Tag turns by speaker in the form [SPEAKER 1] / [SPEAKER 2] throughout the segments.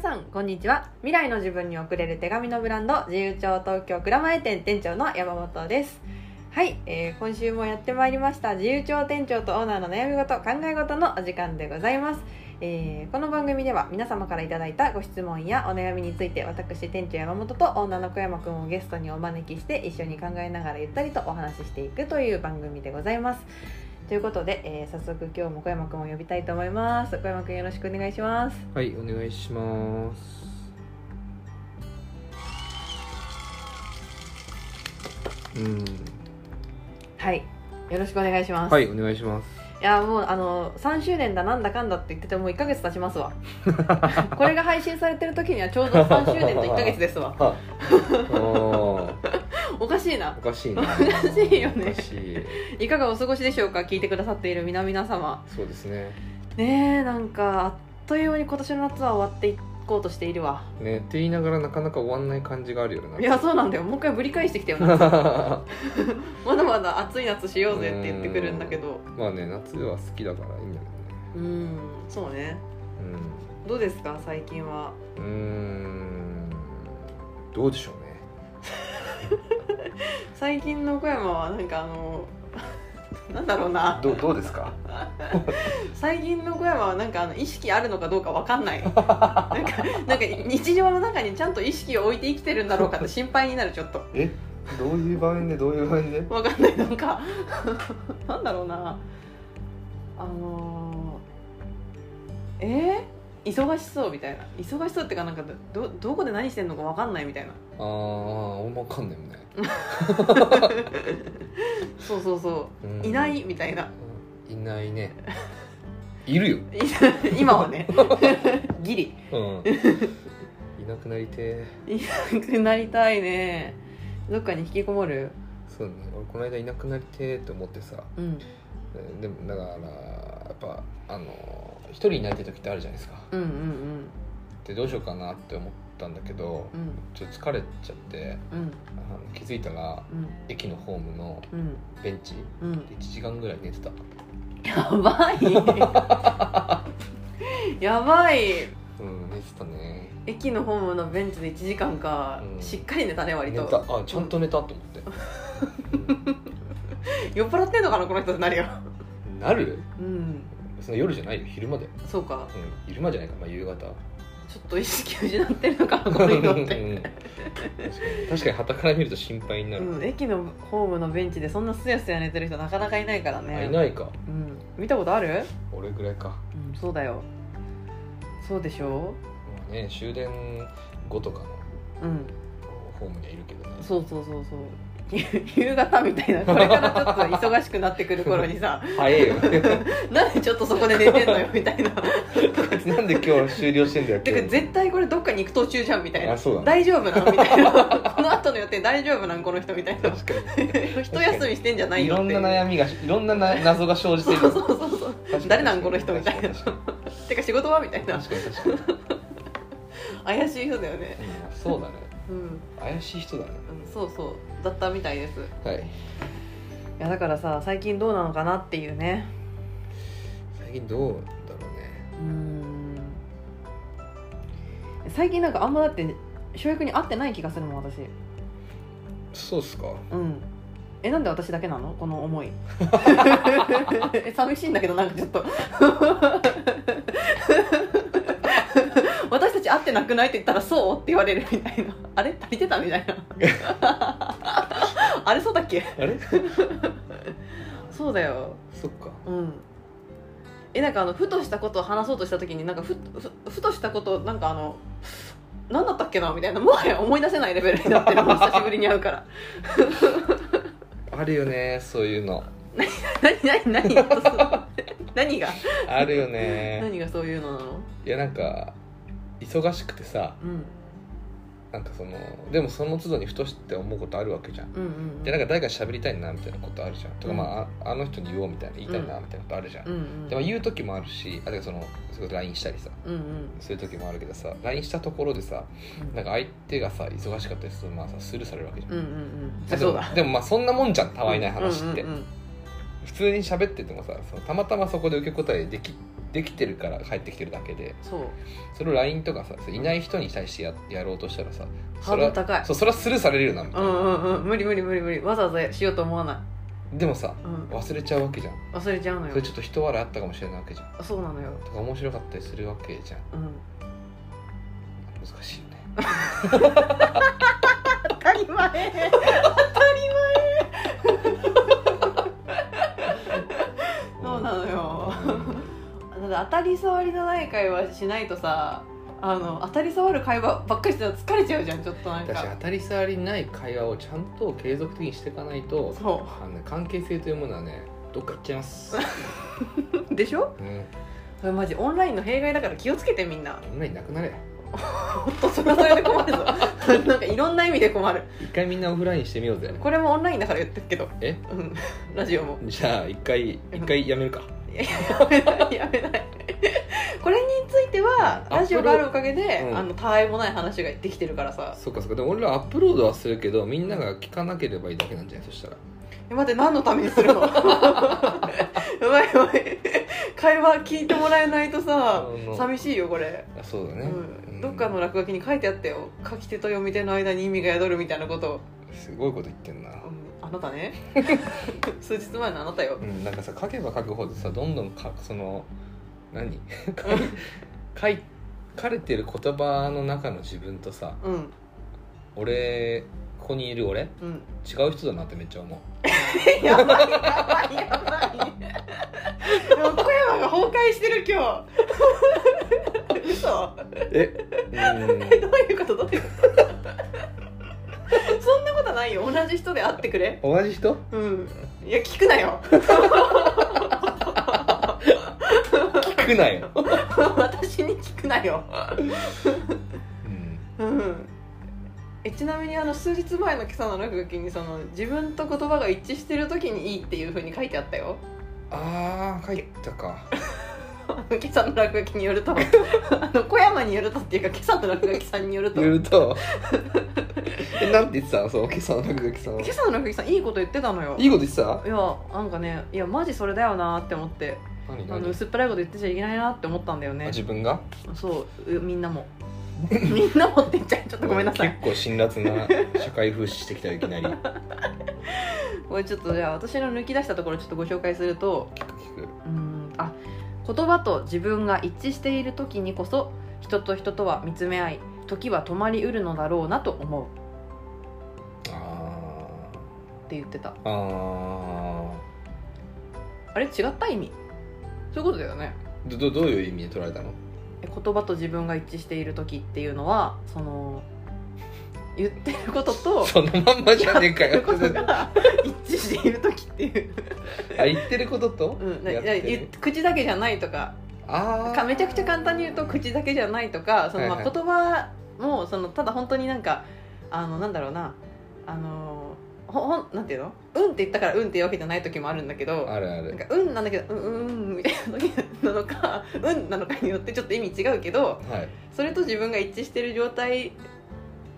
[SPEAKER 1] さんこんにちは未来の自分に送れる手紙のブランド自由帳東京蔵前店店長の山本ですはい、えー今週もやってまいりました自由帳店長とオーナーの悩み事考え事のお時間でございます、えーこの番組では皆様からいただいたご質問やお悩みについて私店長山本とオーナーの小山くんをゲストにお招きして一緒に考えながらゆったりとお話ししていくという番組でございますということで、えー早速今日も小山くんを呼びたいと思います小山くんよろしくお願いします
[SPEAKER 2] はい、お願いします。うん、
[SPEAKER 1] はいよろしくお願いします、、
[SPEAKER 2] はいい、お願いします。
[SPEAKER 1] やもうあの3周年だなんだかんだって言っててもう1ヶ月経ちますわこれが配信されてる時にはちょうど3周年と1ヶ月です わ
[SPEAKER 2] あ、お
[SPEAKER 1] おかしいな
[SPEAKER 2] かしいな。お
[SPEAKER 1] かしいよね
[SPEAKER 2] おかしい。
[SPEAKER 1] いかがお過ごしでしょうか聞いてくださっている皆々様
[SPEAKER 2] そうですね。
[SPEAKER 1] ねえなんかあっという間に今年の夏は終わっていこうとしているわ
[SPEAKER 2] ね、って言いながらなかなか終わんない感じがあるよな。
[SPEAKER 1] いやそうなんだよもう一回ぶり返してきたよな
[SPEAKER 2] ま
[SPEAKER 1] まだまだ暑い夏しようぜって言ってくるんだけど
[SPEAKER 2] あね、夏は好きだからいいんだけ
[SPEAKER 1] うんそうね
[SPEAKER 2] どね。
[SPEAKER 1] どうですか最近は
[SPEAKER 2] うん。うーん。どうでしょうね。
[SPEAKER 1] 最近の小山はなんかあの なんだろうな
[SPEAKER 2] どう、どうですか。
[SPEAKER 1] 最近の小山はなんかあの意識あるのかどうかわかんないなんかなんか日常の中にちゃんと意識を置いて生きてるんだろうかって心配になるちょっと
[SPEAKER 2] え、どういう場面で、どういう場面で。
[SPEAKER 1] わかんないなんかなんだろうなあのーえー、忙しそうみたいな忙しそうっていうかなんかどどこで何してんのかわかんないみたいな
[SPEAKER 2] ああ、あんまわかんないもんね。
[SPEAKER 1] そうそうそ
[SPEAKER 2] うん
[SPEAKER 1] ういないみたいな
[SPEAKER 2] いない ねいるよ、
[SPEAKER 1] 今はね ギリ
[SPEAKER 2] うん、いなくなりて
[SPEAKER 1] なくなりたいねどっかに引きこもる
[SPEAKER 2] そうね俺この間いなくなりてって思ってさ
[SPEAKER 1] うん
[SPEAKER 2] でもだからやっぱあの一人いないって時ってあるじゃないですか
[SPEAKER 1] うんうん
[SPEAKER 2] でどうしようかなって思ったんだけど
[SPEAKER 1] うんうん
[SPEAKER 2] ちょっと疲れちゃって
[SPEAKER 1] うん
[SPEAKER 2] あの気づいたら
[SPEAKER 1] うん
[SPEAKER 2] 駅のホームの
[SPEAKER 1] うん
[SPEAKER 2] ベンチ
[SPEAKER 1] うん
[SPEAKER 2] で1時間ぐらい寝てた
[SPEAKER 1] やばいやばい
[SPEAKER 2] うん寝てたね
[SPEAKER 1] 駅のホームのベンチで1時間か、
[SPEAKER 2] うん
[SPEAKER 1] しっかり寝たね
[SPEAKER 2] 寝
[SPEAKER 1] 割と
[SPEAKER 2] たあちゃんと寝たと思って、
[SPEAKER 1] 酔っ払ってんのかなこの人ってなるよ
[SPEAKER 2] うんなる
[SPEAKER 1] うん
[SPEAKER 2] その夜じゃないよ昼間で、
[SPEAKER 1] そうか
[SPEAKER 2] うん、昼間じゃないか、まあ、夕方
[SPEAKER 1] ちょっと意識失ってるの かなこの人って、
[SPEAKER 2] うん確かに傍から見ると心配になる、
[SPEAKER 1] うん、駅のホームのベンチでそんなすやすや寝てる人なかなかいないから
[SPEAKER 2] あ
[SPEAKER 1] ね
[SPEAKER 2] いないか
[SPEAKER 1] うん、見たことある、
[SPEAKER 2] 俺ぐらいか、
[SPEAKER 1] うん、そうだよそうでしょ
[SPEAKER 2] まあね、終電後とかの
[SPEAKER 1] ううん
[SPEAKER 2] ホームにはいるけどね
[SPEAKER 1] そうそうそうそう夕夕方みたいなこれからちょっと忙しくなってくる頃にさ
[SPEAKER 2] 早えよ
[SPEAKER 1] なんでちょっとそこで寝てんのよみた いな
[SPEAKER 2] なんで今日終了してんだよ
[SPEAKER 1] てか絶対これどっかに行く途中じゃんみたいな
[SPEAKER 2] あそうだね
[SPEAKER 1] 大丈夫なのみたいなこの後の予定大丈夫なんこの人みたいな
[SPEAKER 2] 確か
[SPEAKER 1] 一休みしてんじゃない
[SPEAKER 2] にい
[SPEAKER 1] よっ
[SPEAKER 2] ろん
[SPEAKER 1] て
[SPEAKER 2] な悩みがいろんなな謎が生じている
[SPEAKER 1] そうそうそうそう
[SPEAKER 2] 確かに
[SPEAKER 1] 誰なんこの人みたいな
[SPEAKER 2] 確かに
[SPEAKER 1] てか仕事はみたいな
[SPEAKER 2] 確かに確かに確かに
[SPEAKER 1] 怪しい人だよね
[SPEAKER 2] うんそうだね
[SPEAKER 1] うん、
[SPEAKER 2] 怪しい人だね
[SPEAKER 1] うんそうそうだったみたいですい
[SPEAKER 2] はい
[SPEAKER 1] やだからさ最近どうなのかなっていうね
[SPEAKER 2] 最近どうだろうね
[SPEAKER 1] うん最近なんかあんまだって小役に合ってない気がするもん私
[SPEAKER 2] そうっすか
[SPEAKER 1] うんえなんで私だけなのこの 思いえ寂しいんだけどなんかちょっ と私たち会ってなくないって言ったら「そう?」って言われるみたいな「あれ足りてた?」みた いなあれそうだっけ
[SPEAKER 2] あれ
[SPEAKER 1] そうだよ
[SPEAKER 2] そっか
[SPEAKER 1] うんえなんかあのふとしたことを話そうとした時になんかふふふとしたことをなんかあの何だったっけなみたいなもはや思い出せないレベルになってるもう久しぶりに会うから
[SPEAKER 2] あるよねそういうの
[SPEAKER 1] 何何何やっとすんの何が
[SPEAKER 2] あるよ ね
[SPEAKER 1] 何がそういうのなの
[SPEAKER 2] いやなんか忙しくてさ
[SPEAKER 1] うん
[SPEAKER 2] なんかそのでもその都度にふとして思うことあるわけじゃん
[SPEAKER 1] うんうんうん
[SPEAKER 2] でなんか誰かに喋りたいなみたいなことあるじゃんとか、
[SPEAKER 1] うん
[SPEAKER 2] まあああの人に言おうみたいな言いたいな
[SPEAKER 1] う
[SPEAKER 2] みたいなことあるじゃん、
[SPEAKER 1] うんうん
[SPEAKER 2] でも言う時もあるしあとそのそれこそ LINE したりさ
[SPEAKER 1] うんうん
[SPEAKER 2] そういう時もあるけどさ LINE したところでさなんか相手がさ忙しかったりするとまあさスルーされるわけじゃん、
[SPEAKER 1] うんうんうん
[SPEAKER 2] で
[SPEAKER 1] あ
[SPEAKER 2] も
[SPEAKER 1] そうだ
[SPEAKER 2] でもまあそんなもんじゃんたわいない話って、
[SPEAKER 1] うんうんうん
[SPEAKER 2] 普通に喋っててもさそのたまたまそこで受け答えできできてるから帰ってきてるだけで
[SPEAKER 1] そう
[SPEAKER 2] それを LINE とかさいない人に対してややろうとしたらさ
[SPEAKER 1] ハ
[SPEAKER 2] そ
[SPEAKER 1] ー
[SPEAKER 2] れ
[SPEAKER 1] ドル
[SPEAKER 2] は
[SPEAKER 1] 高い
[SPEAKER 2] そうそれはスルーされるよなみた
[SPEAKER 1] う
[SPEAKER 2] い
[SPEAKER 1] ん
[SPEAKER 2] な、
[SPEAKER 1] うんうん無理無理無理無理わざわざしようと思わない、
[SPEAKER 2] でもさ
[SPEAKER 1] うん、
[SPEAKER 2] 忘れちゃうわけじゃん
[SPEAKER 1] 忘れちゃうのよ
[SPEAKER 2] それちょっと一笑いあったかもしれないわけじゃん
[SPEAKER 1] そうなのよ
[SPEAKER 2] とか面白かったりするわけじゃん
[SPEAKER 1] うん
[SPEAKER 2] 難しいよね
[SPEAKER 1] 当たり前 そうなのよただ当たり障りのない会話しないとさあの当たり障る会話ばっかりしてたら疲れちゃうじゃんちょっとなん
[SPEAKER 2] 私当
[SPEAKER 1] か
[SPEAKER 2] たり障りない会話をちゃんと継続的にしていかないと
[SPEAKER 1] そ
[SPEAKER 2] あのね、関係性というものはねどっか行っちゃい ます、
[SPEAKER 1] う でしょ
[SPEAKER 2] うん、
[SPEAKER 1] それマジオンラインの弊害だから気をつけてみんな
[SPEAKER 2] みんなになくなれ
[SPEAKER 1] ほんとそれはそれで困るぞ なんかいろんな意味で困る
[SPEAKER 2] 一回みんなオフラインしてみようぜ
[SPEAKER 1] これもオンラインだから言ってるけど
[SPEAKER 2] え
[SPEAKER 1] うんラジオ も
[SPEAKER 2] じゃあ一回一回やめるか
[SPEAKER 1] やめないやめないこれについては
[SPEAKER 2] うん
[SPEAKER 1] ラジオがあるおかげで、
[SPEAKER 2] うん
[SPEAKER 1] あのたわいもない話ができてるからさ
[SPEAKER 2] そっかそっかでも俺らアップロードはするけどみんなが聞かなければいいだけなんじゃないそしたら
[SPEAKER 1] え待って何のためにする のやばいやばい会話聞いてもらえないとさ
[SPEAKER 2] あの
[SPEAKER 1] 寂しいよこれ、
[SPEAKER 2] あそうだ
[SPEAKER 1] う
[SPEAKER 2] ね、うん
[SPEAKER 1] ん、どっかの落書きに書いてあったよ書き手と読み手の間に意味が宿るみたいなことを、
[SPEAKER 2] すごいこと言ってんな
[SPEAKER 1] うん、あなた ね数日前のあなたよ
[SPEAKER 2] うんなんかさ書けば書くほどさどんどんかその何 書い書かれてる言葉の中の自分とさ
[SPEAKER 1] うん
[SPEAKER 2] 俺ここにいる俺
[SPEAKER 1] うん
[SPEAKER 2] 違う人だなってめっちゃ思う
[SPEAKER 1] やばいやばいやばい小山が崩壊してる今日嘘
[SPEAKER 2] え
[SPEAKER 1] えどういうことどういうことそんなことないよ同じ人で会ってくれ
[SPEAKER 2] 同じ人
[SPEAKER 1] うんいや聞くなよ
[SPEAKER 2] 聞くなよ、
[SPEAKER 1] 私に聞くなよ、
[SPEAKER 2] うん、
[SPEAKER 1] うん、えちなみにあの数日前の今朝の落書きにその自分と言葉が一致してる時にいいっていうふうに書いてあったよ
[SPEAKER 2] あー書いたか
[SPEAKER 1] 今朝の落書きによると あの小山によるとっていうか今朝の落書きさんによると
[SPEAKER 2] 言
[SPEAKER 1] 今
[SPEAKER 2] うと えなんて言ってたのそう今朝の中垣さんは
[SPEAKER 1] 朝の落書きさんいいこと言ってたのよ
[SPEAKER 2] いいこと言ってた
[SPEAKER 1] いやなんかねいやマジそれだよなって思って
[SPEAKER 2] 何
[SPEAKER 1] あ
[SPEAKER 2] 何
[SPEAKER 1] の薄っぺらいこと言ってちゃいけないなって思ったんだよ
[SPEAKER 2] あ
[SPEAKER 1] ね
[SPEAKER 2] 自分が
[SPEAKER 1] そううみんなも みんなもって言っちゃうちょっとごめんなさい
[SPEAKER 2] 結構辛辣な社会風刺してきたよいきなり聞
[SPEAKER 1] これちょっとじゃあ私の抜き出したところちょっとご紹介すると
[SPEAKER 2] く聞く
[SPEAKER 1] うーんあ言葉と自分が一致している時にこそ人と人とは見つめ合い時は止まりうるのだろうなと思う
[SPEAKER 2] あ
[SPEAKER 1] って言ってた
[SPEAKER 2] ーあ
[SPEAKER 1] あれ違った意味そういうことだよね
[SPEAKER 2] ーどどどういう意味で捉えたの
[SPEAKER 1] え言葉と自分が一致している時っていうのはその言ってることと
[SPEAKER 2] そのまんまじゃねえか
[SPEAKER 1] や
[SPEAKER 2] よ
[SPEAKER 1] ってることが一致している時っていう、
[SPEAKER 2] あ言ってることと、
[SPEAKER 1] うん、な
[SPEAKER 2] や
[SPEAKER 1] な
[SPEAKER 2] って
[SPEAKER 1] 言っ
[SPEAKER 2] る
[SPEAKER 1] 口だけじゃないとか
[SPEAKER 2] あ
[SPEAKER 1] かめちゃくちゃ簡単に言うと口だけじゃないとかそのまあ
[SPEAKER 2] はいは
[SPEAKER 1] 言
[SPEAKER 2] い
[SPEAKER 1] 葉もそのただ本当になんかあのなんだろうなあのほほんなんていうのうんって言ったからうんっていうわけじゃない時もあるんだけど
[SPEAKER 2] あるあ
[SPEAKER 1] なん
[SPEAKER 2] る
[SPEAKER 1] かうんなんだけどうんうんうんみたいな時なのかうんなのかによってちょっと意味違うけど
[SPEAKER 2] はい
[SPEAKER 1] それと自分が一致してる状態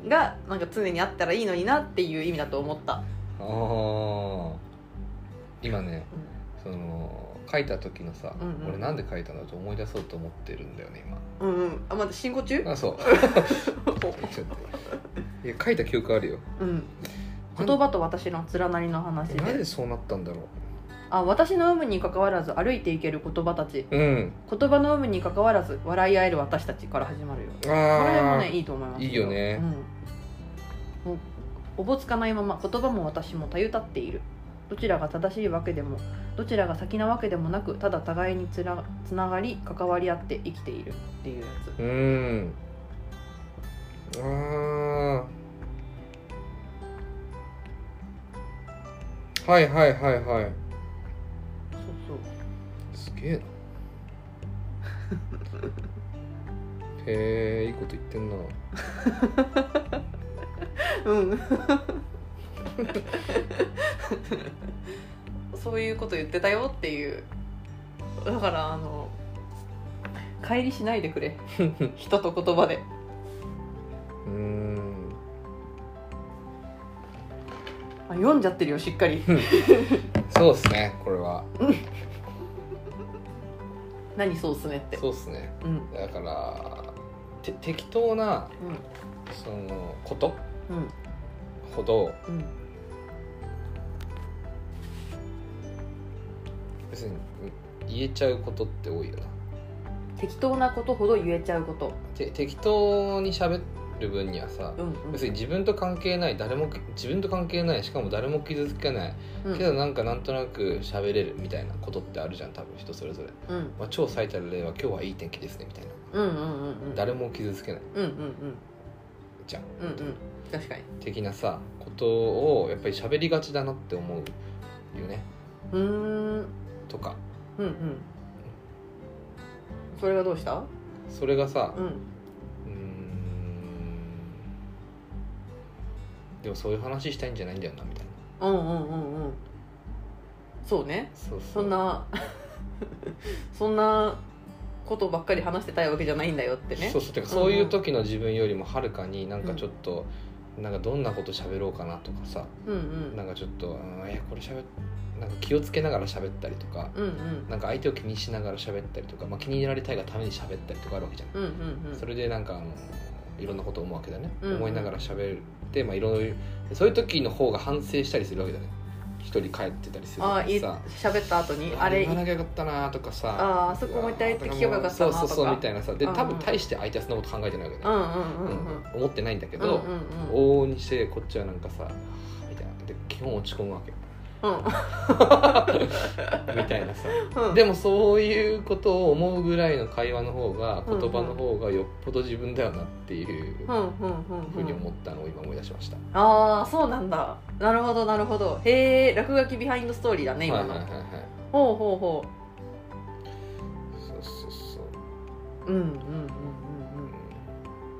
[SPEAKER 1] がなんか常にあったらいいのになっていう意味だと思った。
[SPEAKER 2] ああ今ねその書いた時のさ、
[SPEAKER 1] うんうん
[SPEAKER 2] 俺なんで書いたんだと思い出そうと思ってるんだよね
[SPEAKER 1] うんうん、あまだ進行中
[SPEAKER 2] 今あそう ちょっといや書いた記憶あるよ
[SPEAKER 1] うん、言葉と私の連なりの話
[SPEAKER 2] な
[SPEAKER 1] で
[SPEAKER 2] ぜそうなったんだろ
[SPEAKER 1] あ私の有無に関わらず歩いていける言葉たち
[SPEAKER 2] ううん
[SPEAKER 1] 言葉の有無に関わらず笑い合える私たちから始まるよ
[SPEAKER 2] あ
[SPEAKER 1] これも
[SPEAKER 2] あ、
[SPEAKER 1] ねいいと思います
[SPEAKER 2] いいよね
[SPEAKER 1] うん、もうおぼつかないまま言葉も私もたゆたっているどちらが正しいわけでもどちらが先なわけでもなくただ互いにつらつながり関わり合って生きているっていうやつ
[SPEAKER 2] うんああはいはいはいはい
[SPEAKER 1] そうそう
[SPEAKER 2] すげえなへえいいこと言ってんな
[SPEAKER 1] うん。 そういうこと言ってたよっていう。だからあの帰りしないでく れ。人と言葉で。
[SPEAKER 2] うーん
[SPEAKER 1] あ読んじゃってるよしっかり。
[SPEAKER 2] そうですねこれは
[SPEAKER 1] 何そうっすねって
[SPEAKER 2] そうっすね
[SPEAKER 1] うん
[SPEAKER 2] だからて適当なそのこと
[SPEAKER 1] うんうん
[SPEAKER 2] ほど
[SPEAKER 1] うん
[SPEAKER 2] 別に言えちゃうことって多いよな
[SPEAKER 1] 適当なことほど言えちゃうこと
[SPEAKER 2] て適当に喋る分にはさ
[SPEAKER 1] うんうん
[SPEAKER 2] 別に自分と関係ない誰も自分と関係ないしかも誰も傷つけない
[SPEAKER 1] うん
[SPEAKER 2] けどなんかなんとなく喋れるみたいなことってあるじゃん多分人それぞれ、
[SPEAKER 1] うん
[SPEAKER 2] まあ、超最たる例は今日はいい天気ですねみたいな
[SPEAKER 1] うんうんうんうん
[SPEAKER 2] 誰も傷つけない
[SPEAKER 1] うんうんうん
[SPEAKER 2] じゃん、
[SPEAKER 1] うんうん確かに
[SPEAKER 2] 的なさことをやっぱり喋りがちだなって思うよね
[SPEAKER 1] うーん
[SPEAKER 2] とか
[SPEAKER 1] うんうんそれがどうした
[SPEAKER 2] それがさ
[SPEAKER 1] うん
[SPEAKER 2] うーんでもそういう話したいんじゃないんだよなみたいな
[SPEAKER 1] うんうんうんうんそうね
[SPEAKER 2] そう
[SPEAKER 1] そんな そんなことばっかり話してたいわけじゃないんだよってね
[SPEAKER 2] そうそうてかそういう時の自分よりもはるかになんかちょっと、なんかどんなこと喋ろうかなとかさ、
[SPEAKER 1] うんうん
[SPEAKER 2] なんかちょっとうんえこれ喋っなんか気をつけながら喋ったりとか、
[SPEAKER 1] うんうん
[SPEAKER 2] なんか相手を気にしながら喋ったりとか、まあ、気に入られたいがために喋ったりとかあるわけじゃ
[SPEAKER 1] う
[SPEAKER 2] ん、
[SPEAKER 1] んうんうん
[SPEAKER 2] それでなんかあのいろんなことを思うわけだね、
[SPEAKER 1] うん
[SPEAKER 2] 思いながら喋って、まあ、いろいろそういう時の方が反省したりするわけだね一人帰ってたりする
[SPEAKER 1] ああいい
[SPEAKER 2] さ
[SPEAKER 1] 喋った後にあれ
[SPEAKER 2] 言わなきゃよかったなとかさ
[SPEAKER 1] あーあそこもう一回言って聞けばよかったなとか
[SPEAKER 2] そうそうそうみたいなさで
[SPEAKER 1] うん
[SPEAKER 2] 多分大して相手はそんなこと考えてないわけ
[SPEAKER 1] う
[SPEAKER 2] だ
[SPEAKER 1] んう
[SPEAKER 2] よ、
[SPEAKER 1] んうんうん
[SPEAKER 2] うん思ってないんだけ
[SPEAKER 1] うんうん
[SPEAKER 2] ど、
[SPEAKER 1] うん
[SPEAKER 2] 往々にしてこっちはなんかさみたいなで基本落ち込むわけみたいなさ
[SPEAKER 1] うんうん
[SPEAKER 2] でもそういうことを思うぐらいの会話の方が言葉の方がよっぽど自分だよなっていう
[SPEAKER 1] うんうんうんうん
[SPEAKER 2] ふうに思ったのを今思い出しました、
[SPEAKER 1] ああそうなんだなるほどなるほどへえ落書きビハインドストーリーだね
[SPEAKER 2] はい
[SPEAKER 1] 今
[SPEAKER 2] はい
[SPEAKER 1] の、
[SPEAKER 2] はいはい
[SPEAKER 1] ほうほうほ
[SPEAKER 2] そうそうそ
[SPEAKER 1] うう
[SPEAKER 2] う
[SPEAKER 1] んうんうんうんうん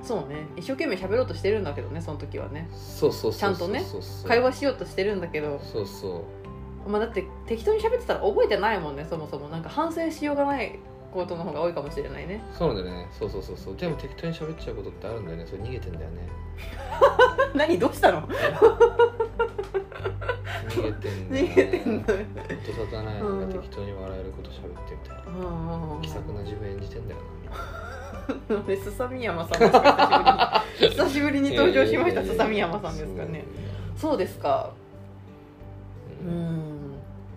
[SPEAKER 1] そうね一生懸命喋ろうとしてるんだけどねその時はね
[SPEAKER 2] そうそうそうそう
[SPEAKER 1] ちゃんとね
[SPEAKER 2] そうそう
[SPEAKER 1] 会話しようとしてるんだけど
[SPEAKER 2] そうそう
[SPEAKER 1] まあだって適当に喋ってたら覚えてないもんねそもそもなんか反省しようがないことの方が多いかもしれないね
[SPEAKER 2] そうなんだよねそうそうそうそうでも適当に喋っちゃうことってあるんだよねそれ逃げてんだよ ね
[SPEAKER 1] 何どうしたの
[SPEAKER 2] 逃げてんだよね
[SPEAKER 1] 逃げてんのよ
[SPEAKER 2] 音沙汰ないの
[SPEAKER 1] うん
[SPEAKER 2] が適当に笑えること喋ってみたいな
[SPEAKER 1] うんうんうん
[SPEAKER 2] 気さくな自分演じてんだよ
[SPEAKER 1] ですさみやまさんですか久しぶりに久しぶり
[SPEAKER 2] な
[SPEAKER 1] に登場しました
[SPEAKER 2] いやいやいや
[SPEAKER 1] すさみやまさんですかねそうですか
[SPEAKER 2] そ
[SPEAKER 1] う
[SPEAKER 2] うなんだよ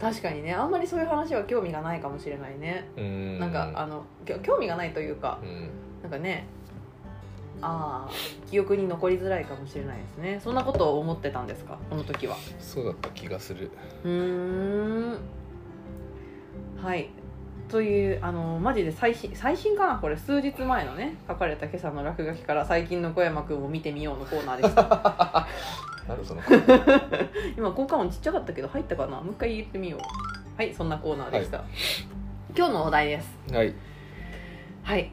[SPEAKER 1] ん確かにねあんまりそういう話は興味がないかもしれないね
[SPEAKER 2] うんうん
[SPEAKER 1] なんかあのきょ興味がないというか
[SPEAKER 2] うん
[SPEAKER 1] なんかねああ記憶に残りづらいかもしれないですねそんなことを思ってたんですかこの時は
[SPEAKER 2] そうだった気がする
[SPEAKER 1] うーんはいというあのマジで最新最新かなこれ数日前のね書かれた今朝の落書きから最近の小山君を見てみようのコーナーで した
[SPEAKER 2] なんでその
[SPEAKER 1] 今効果音ちっちゃかったけど入ったかなもう一回言ってみようはいそんなコーナーでした、今日のお題です
[SPEAKER 2] はい
[SPEAKER 1] はい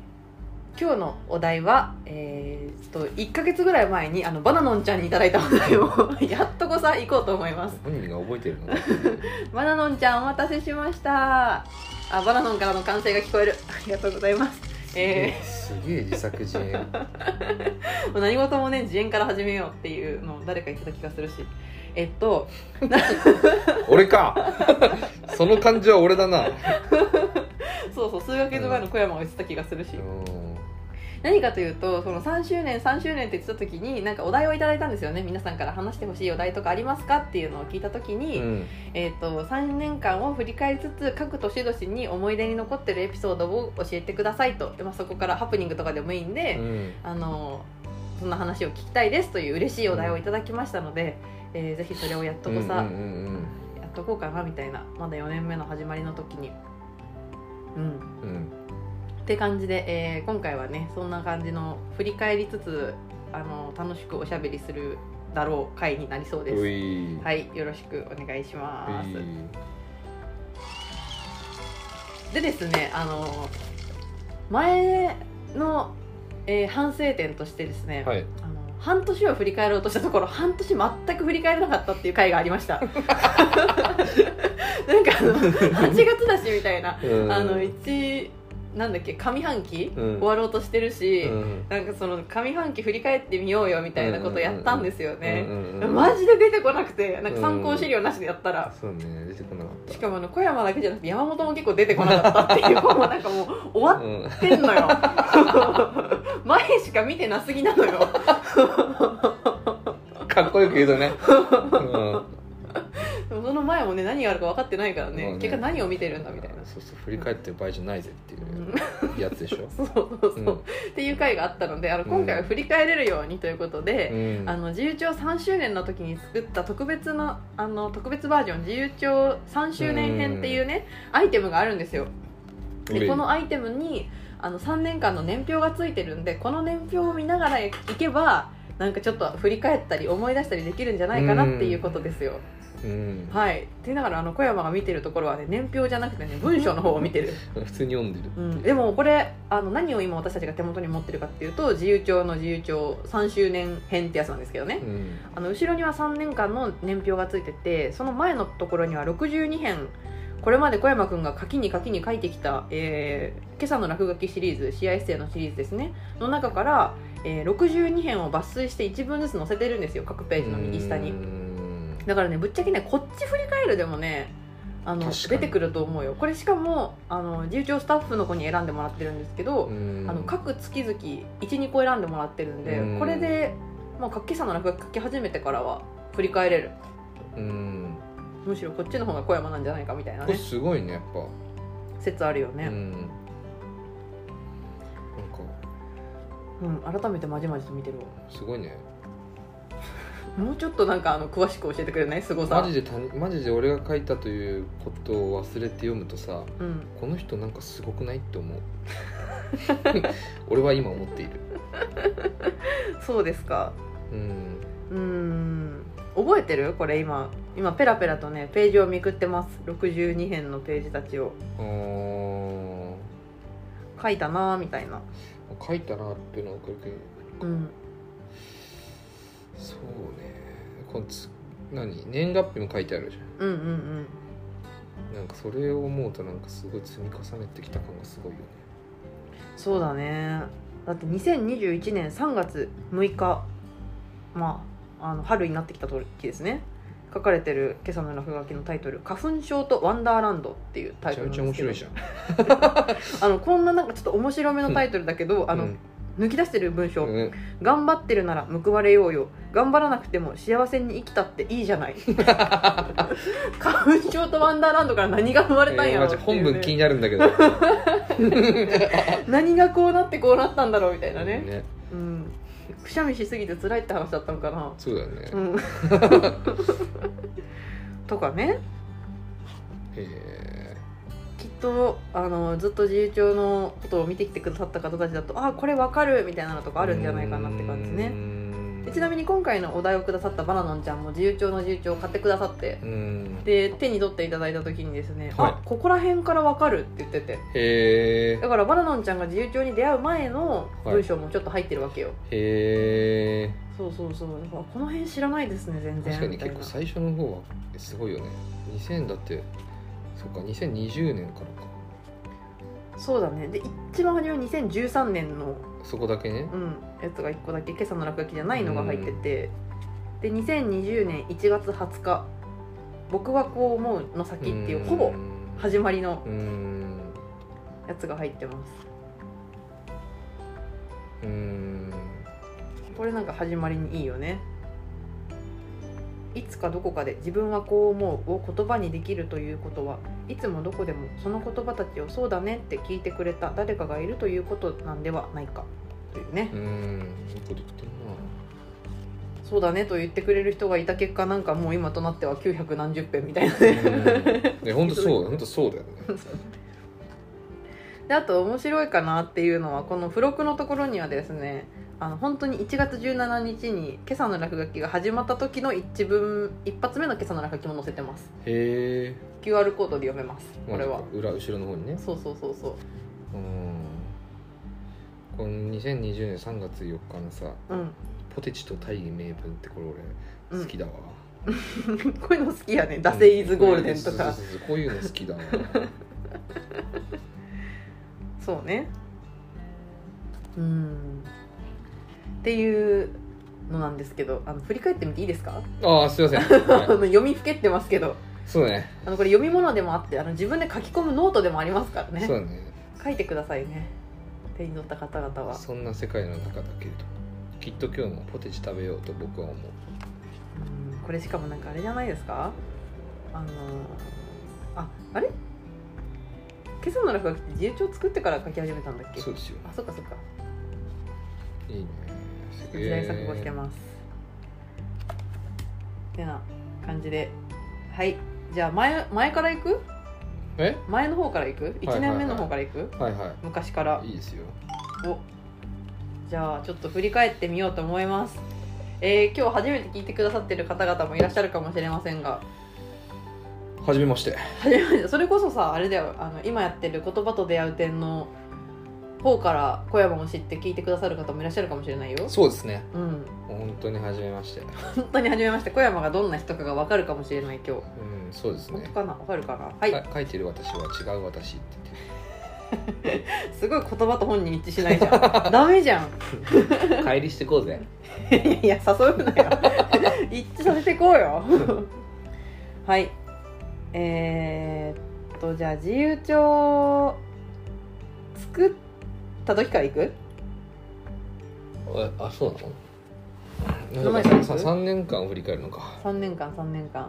[SPEAKER 1] 今日のお題は、えー、ちょっと1か月ぐらい前にあのバナノンちゃんにいただいたお題を やっとこさ行こうと思います
[SPEAKER 2] 本人が覚えてるの
[SPEAKER 1] バナノンちゃんお待たせしましたあバナノンからの歓声が聞こえる ありがとうございますえ
[SPEAKER 2] すげえ自作自演
[SPEAKER 1] ーもう何事もね自演から始めようっていうのを誰か言ってた気がするしえっと
[SPEAKER 2] 俺かその感じは俺だな
[SPEAKER 1] そうそう数ヶ月前の小山が言ってた気がするし、何かというとその3周年3周年って言ってた時になんかお題をいただいたんですよね皆さんから話してほしいお題とかありますかっていうのを聞いた時に、
[SPEAKER 2] うん
[SPEAKER 1] えー、と3年間を振り返りつつ各年々に思い出に残ってるエピソードを教えてくださいと、でまあ、そこからハプニングとかでもいいんで、
[SPEAKER 2] うん
[SPEAKER 1] あのそんな話を聞きたいですという嬉しいお題をいただきましたので、えーぜひそれをやっとこさ、
[SPEAKER 2] うんうんうん
[SPEAKER 1] やっとこうかなみたいなまだ4年目の始まりの時に。うん、
[SPEAKER 2] うんうん
[SPEAKER 1] って感じで、えー今回はねそんな感じの振り返りつつあの楽しくおしゃべりするだろう回になりそうです。
[SPEAKER 2] うい
[SPEAKER 1] はい、よろしくお願いします。
[SPEAKER 2] うい
[SPEAKER 1] でですねあの前の、えー反省点としてですね、
[SPEAKER 2] はい
[SPEAKER 1] あの半年を振り返ろうとしたところ半年全く振り返らなかったっていう回がありま したなんかあの8月だしみたいな、
[SPEAKER 2] うん
[SPEAKER 1] あの1なんだっけ上半期、
[SPEAKER 2] うん
[SPEAKER 1] 終わろうとしてるし、
[SPEAKER 2] うん
[SPEAKER 1] なんかその上半期振り返ってみようよみたいなことやったんですよね、
[SPEAKER 2] うんうんうん
[SPEAKER 1] マジで出てこなくてなんか参考資料なしでやったら、
[SPEAKER 2] そうね出てこなかった
[SPEAKER 1] しかもあの小山だけじゃなくて山本も結構出てこなかったっていうもうなんかもう終わ
[SPEAKER 2] うん
[SPEAKER 1] ってんの よ前しか見てなすぎなのよ
[SPEAKER 2] かっこよく言うとね、 うん
[SPEAKER 1] でもその前もね何があるか分かってないからね,、
[SPEAKER 2] まあね
[SPEAKER 1] 結果何を見てるんだみたいな、
[SPEAKER 2] そうそう振り返ってる場合じゃないぜっていうやつでしょ、
[SPEAKER 1] そうそう そう、
[SPEAKER 2] うん
[SPEAKER 1] っていう回があったのであの今回は振り返れるようにということで、
[SPEAKER 2] うん
[SPEAKER 1] あの自由帳3周年の時に作った特別のあの特別バージョン自由帳3周年編っていうねアイテムがあるんですよでこのアイテムにあの3年間の年表がついてるんでこの年表を見ながらいけばなんかちょっと振り返ったり思い出したりできるんじゃないかなっていうことですよ、
[SPEAKER 2] うん、
[SPEAKER 1] はいって言いながらあの小山が見てるところはね年表じゃなくてね文章の方を見 てる
[SPEAKER 2] 普通に読んでる
[SPEAKER 1] うん、でもこれあの何を今私たちが手元に持ってるかっていうと自由帳の自由帳3周年編ってやつなんですけどね、
[SPEAKER 2] うん
[SPEAKER 1] あの後ろには3年間の年表がついててその前のところには62編これまで小山君が書きに書きに書いてきた、えー今朝の落書きシリーズ試合エッセイのシリーズですねの中から、えー62編を抜粋して1文ずつ載せてるんですよ各ページの右下に
[SPEAKER 2] うん
[SPEAKER 1] だからねぶっちゃけねこっち振り返るでもねあの
[SPEAKER 2] 確かに
[SPEAKER 1] 出てくると思うよこれしかもあの自由帳スタッフの子に選んでもらってるんですけど、
[SPEAKER 2] うん
[SPEAKER 1] あの各月々12個選んでもらってるんで、
[SPEAKER 2] うん
[SPEAKER 1] これで、まあ、書きさの落書き書き始めてからは振り返れる
[SPEAKER 2] うん
[SPEAKER 1] むしろこっちの方が小山なんじゃないかみたいな
[SPEAKER 2] これ
[SPEAKER 1] ね
[SPEAKER 2] すごいねやっぱ、
[SPEAKER 1] 説あるよ
[SPEAKER 2] う
[SPEAKER 1] ね、
[SPEAKER 2] んなんか
[SPEAKER 1] うん改めてまじまじと見てるわ
[SPEAKER 2] すごいね
[SPEAKER 1] もうちょっとなんかあの詳しく教えてくれないすご
[SPEAKER 2] マ
[SPEAKER 1] さ
[SPEAKER 2] ジで他人マジで俺が書いたということを忘れて読むとさ
[SPEAKER 1] うん、
[SPEAKER 2] この人なんかすごくないっ て思う俺は今思っている
[SPEAKER 1] そうですか
[SPEAKER 2] うん
[SPEAKER 1] うん覚えてるこれ今今ペラペラとねページをめくってます62編のページたちを
[SPEAKER 2] あー
[SPEAKER 1] 書いたなーみたいな
[SPEAKER 2] 書いたなっていうのは分かるけ
[SPEAKER 1] う
[SPEAKER 2] ど
[SPEAKER 1] ん
[SPEAKER 2] そうねこのつ何年月日も書いてあるじ
[SPEAKER 1] う
[SPEAKER 2] ゃ
[SPEAKER 1] んうん
[SPEAKER 2] んなんかそれを思うとなんかすごい積み重ねてきた感がすごいよね
[SPEAKER 1] そうだねだって2021年3月6日まああの春になってきた時ですね書かれてる今朝の落書きのタイトル「花粉症とワンダーランド」っていうタ
[SPEAKER 2] め
[SPEAKER 1] イ
[SPEAKER 2] ち
[SPEAKER 1] ト
[SPEAKER 2] ゃ
[SPEAKER 1] ル
[SPEAKER 2] め
[SPEAKER 1] なん
[SPEAKER 2] ちゃ
[SPEAKER 1] で
[SPEAKER 2] 面
[SPEAKER 1] すけど
[SPEAKER 2] 白いじゃん
[SPEAKER 1] あのこんななんかちょっと面白めのタイトルだけど、あの
[SPEAKER 2] うん
[SPEAKER 1] 抜き出してる文章、
[SPEAKER 2] うん
[SPEAKER 1] 頑張ってるなら報われようよ頑張らなくても幸せに生きたっていいじゃない 花粉症とワンダーランドから何が生まれたん
[SPEAKER 2] えー
[SPEAKER 1] やろ
[SPEAKER 2] マ
[SPEAKER 1] っ
[SPEAKER 2] ジ
[SPEAKER 1] てい
[SPEAKER 2] 本
[SPEAKER 1] うね
[SPEAKER 2] 文気になるんだ けど
[SPEAKER 1] 何がこうなってこうなったんだろうみたいなね、
[SPEAKER 2] ね
[SPEAKER 1] うん、くしゃみしすぎて辛いって話だったのかな
[SPEAKER 2] そうだよね、
[SPEAKER 1] うん とかね
[SPEAKER 2] え
[SPEAKER 1] きっとあのずっと自由帳のことを見てきてくださった方たちだとあこれわかるみたいなのとかあるんじゃないかなって感じねでちなみに今回のお題をくださったバナナンちゃんも自由帳の自由帳を買ってくださって
[SPEAKER 2] にうん
[SPEAKER 1] で手に取っていただいた時にですね、
[SPEAKER 2] はい
[SPEAKER 1] あここら辺からわかるって言ってて
[SPEAKER 2] へえ
[SPEAKER 1] だからバナナンちゃんが自由帳に出会う前の文章もちょっと入ってるわけよ、
[SPEAKER 2] へえ
[SPEAKER 1] そうそうそうだからこの辺知らないですね全然
[SPEAKER 2] 確かに
[SPEAKER 1] みたい
[SPEAKER 2] 結
[SPEAKER 1] な
[SPEAKER 2] 構最初の方はすごいよね2000だってそっか2020年からか
[SPEAKER 1] そうだねで一番初め2013年の、
[SPEAKER 2] そこだけね
[SPEAKER 1] うん、やつが1個だけ今朝の落書きじゃないのが入ってて、で2020年1月20日「僕はこう思う」の先っていうほぼ始まりの
[SPEAKER 2] うん
[SPEAKER 1] やつが入ってます
[SPEAKER 2] うん
[SPEAKER 1] これなんか始まりにいいよねいつかどこかで自分はこう思うを言葉にできるということはいつもどこでもその言葉たちをそうだねって聞いてくれた誰かがいるということなんではないかというね
[SPEAKER 2] うんいいこと言ってる
[SPEAKER 1] そうだねと言ってくれる人がいた結果なんかもう今となっては900何十編みたいな ね、
[SPEAKER 2] なね本当そう本当そうだよね
[SPEAKER 1] であと面白いかなっていうのはこの付録のところにはですねあの本当に1月17日に今朝の落書きが始まった時の一文一発目の今朝の落書きも載せてます
[SPEAKER 2] へえ
[SPEAKER 1] QR コードで読めますこれは
[SPEAKER 2] 裏後ろの方にね
[SPEAKER 1] そうそうそうそう
[SPEAKER 2] うんこの2020年3月4日のさ
[SPEAKER 1] うん、
[SPEAKER 2] 「ポテチと大義名分」ってこれ
[SPEAKER 1] う
[SPEAKER 2] 俺好
[SPEAKER 1] ん、
[SPEAKER 2] きだわ、
[SPEAKER 1] こういうの好きやね「ダセイズゴールデン」と
[SPEAKER 2] うん
[SPEAKER 1] か
[SPEAKER 2] そうそうそうそうこういうの好きだな
[SPEAKER 1] そうねうんっていうのなんですけどあの振り返ってみていいですか、
[SPEAKER 2] ああすいません、
[SPEAKER 1] あの
[SPEAKER 2] はい
[SPEAKER 1] 読みふけってますけど
[SPEAKER 2] そうね
[SPEAKER 1] あのこれ読み物でもあってあの自分で書き込むノートでもありますからね
[SPEAKER 2] そうね
[SPEAKER 1] 書いてくださいね手に乗った方々は
[SPEAKER 2] そんな世界の中だけれどきっと今日もポテチ食べようと僕は思う
[SPEAKER 1] うんこれしかもなんかあれじゃないですかあのーああれ今朝の落書きって自由帳作ってから書き始めたんだっけ
[SPEAKER 2] そうですよ
[SPEAKER 1] あそっかそっか
[SPEAKER 2] いいねす
[SPEAKER 1] 時
[SPEAKER 2] げ
[SPEAKER 1] 代
[SPEAKER 2] え
[SPEAKER 1] 錯誤してます、ってな感じではいじゃあ前前から行く
[SPEAKER 2] え
[SPEAKER 1] 前の方から行く1年目の方から行く、
[SPEAKER 2] はいは
[SPEAKER 1] 昔から
[SPEAKER 2] いいいですよ
[SPEAKER 1] おじゃあちょっと振り返ってみようと思いますえー今日初めて聞いてくださってる方々もいらっしゃるかもしれませんが
[SPEAKER 2] はじめまして
[SPEAKER 1] 初めてそれこそさあれだよあの今やってる「言葉と出会う点」の方から小山を知って聞いてくださる方もいらっしゃるかもしれないよ
[SPEAKER 2] そうですね
[SPEAKER 1] うん
[SPEAKER 2] 本当にはじめまして
[SPEAKER 1] 本当に初めまして小山がどんな人かが分かるかもしれない今日
[SPEAKER 2] うんそうです
[SPEAKER 1] 本当
[SPEAKER 2] ね
[SPEAKER 1] かな分かるかなはい、
[SPEAKER 2] か書いてる私は違う私って言って
[SPEAKER 1] すごい言葉と本人一致しないじゃん ダメじゃん
[SPEAKER 2] 帰りしてこうぜ
[SPEAKER 1] いや誘うなよ 一致させていこうよ はいえー、っとじゃあ自由帳作った時からいく
[SPEAKER 2] あそうな
[SPEAKER 1] 名
[SPEAKER 2] の
[SPEAKER 1] 前
[SPEAKER 2] だ
[SPEAKER 1] 書
[SPEAKER 2] か
[SPEAKER 1] いて
[SPEAKER 2] ら
[SPEAKER 1] く
[SPEAKER 2] さ3年間振り返るのかは
[SPEAKER 1] 3年間3年間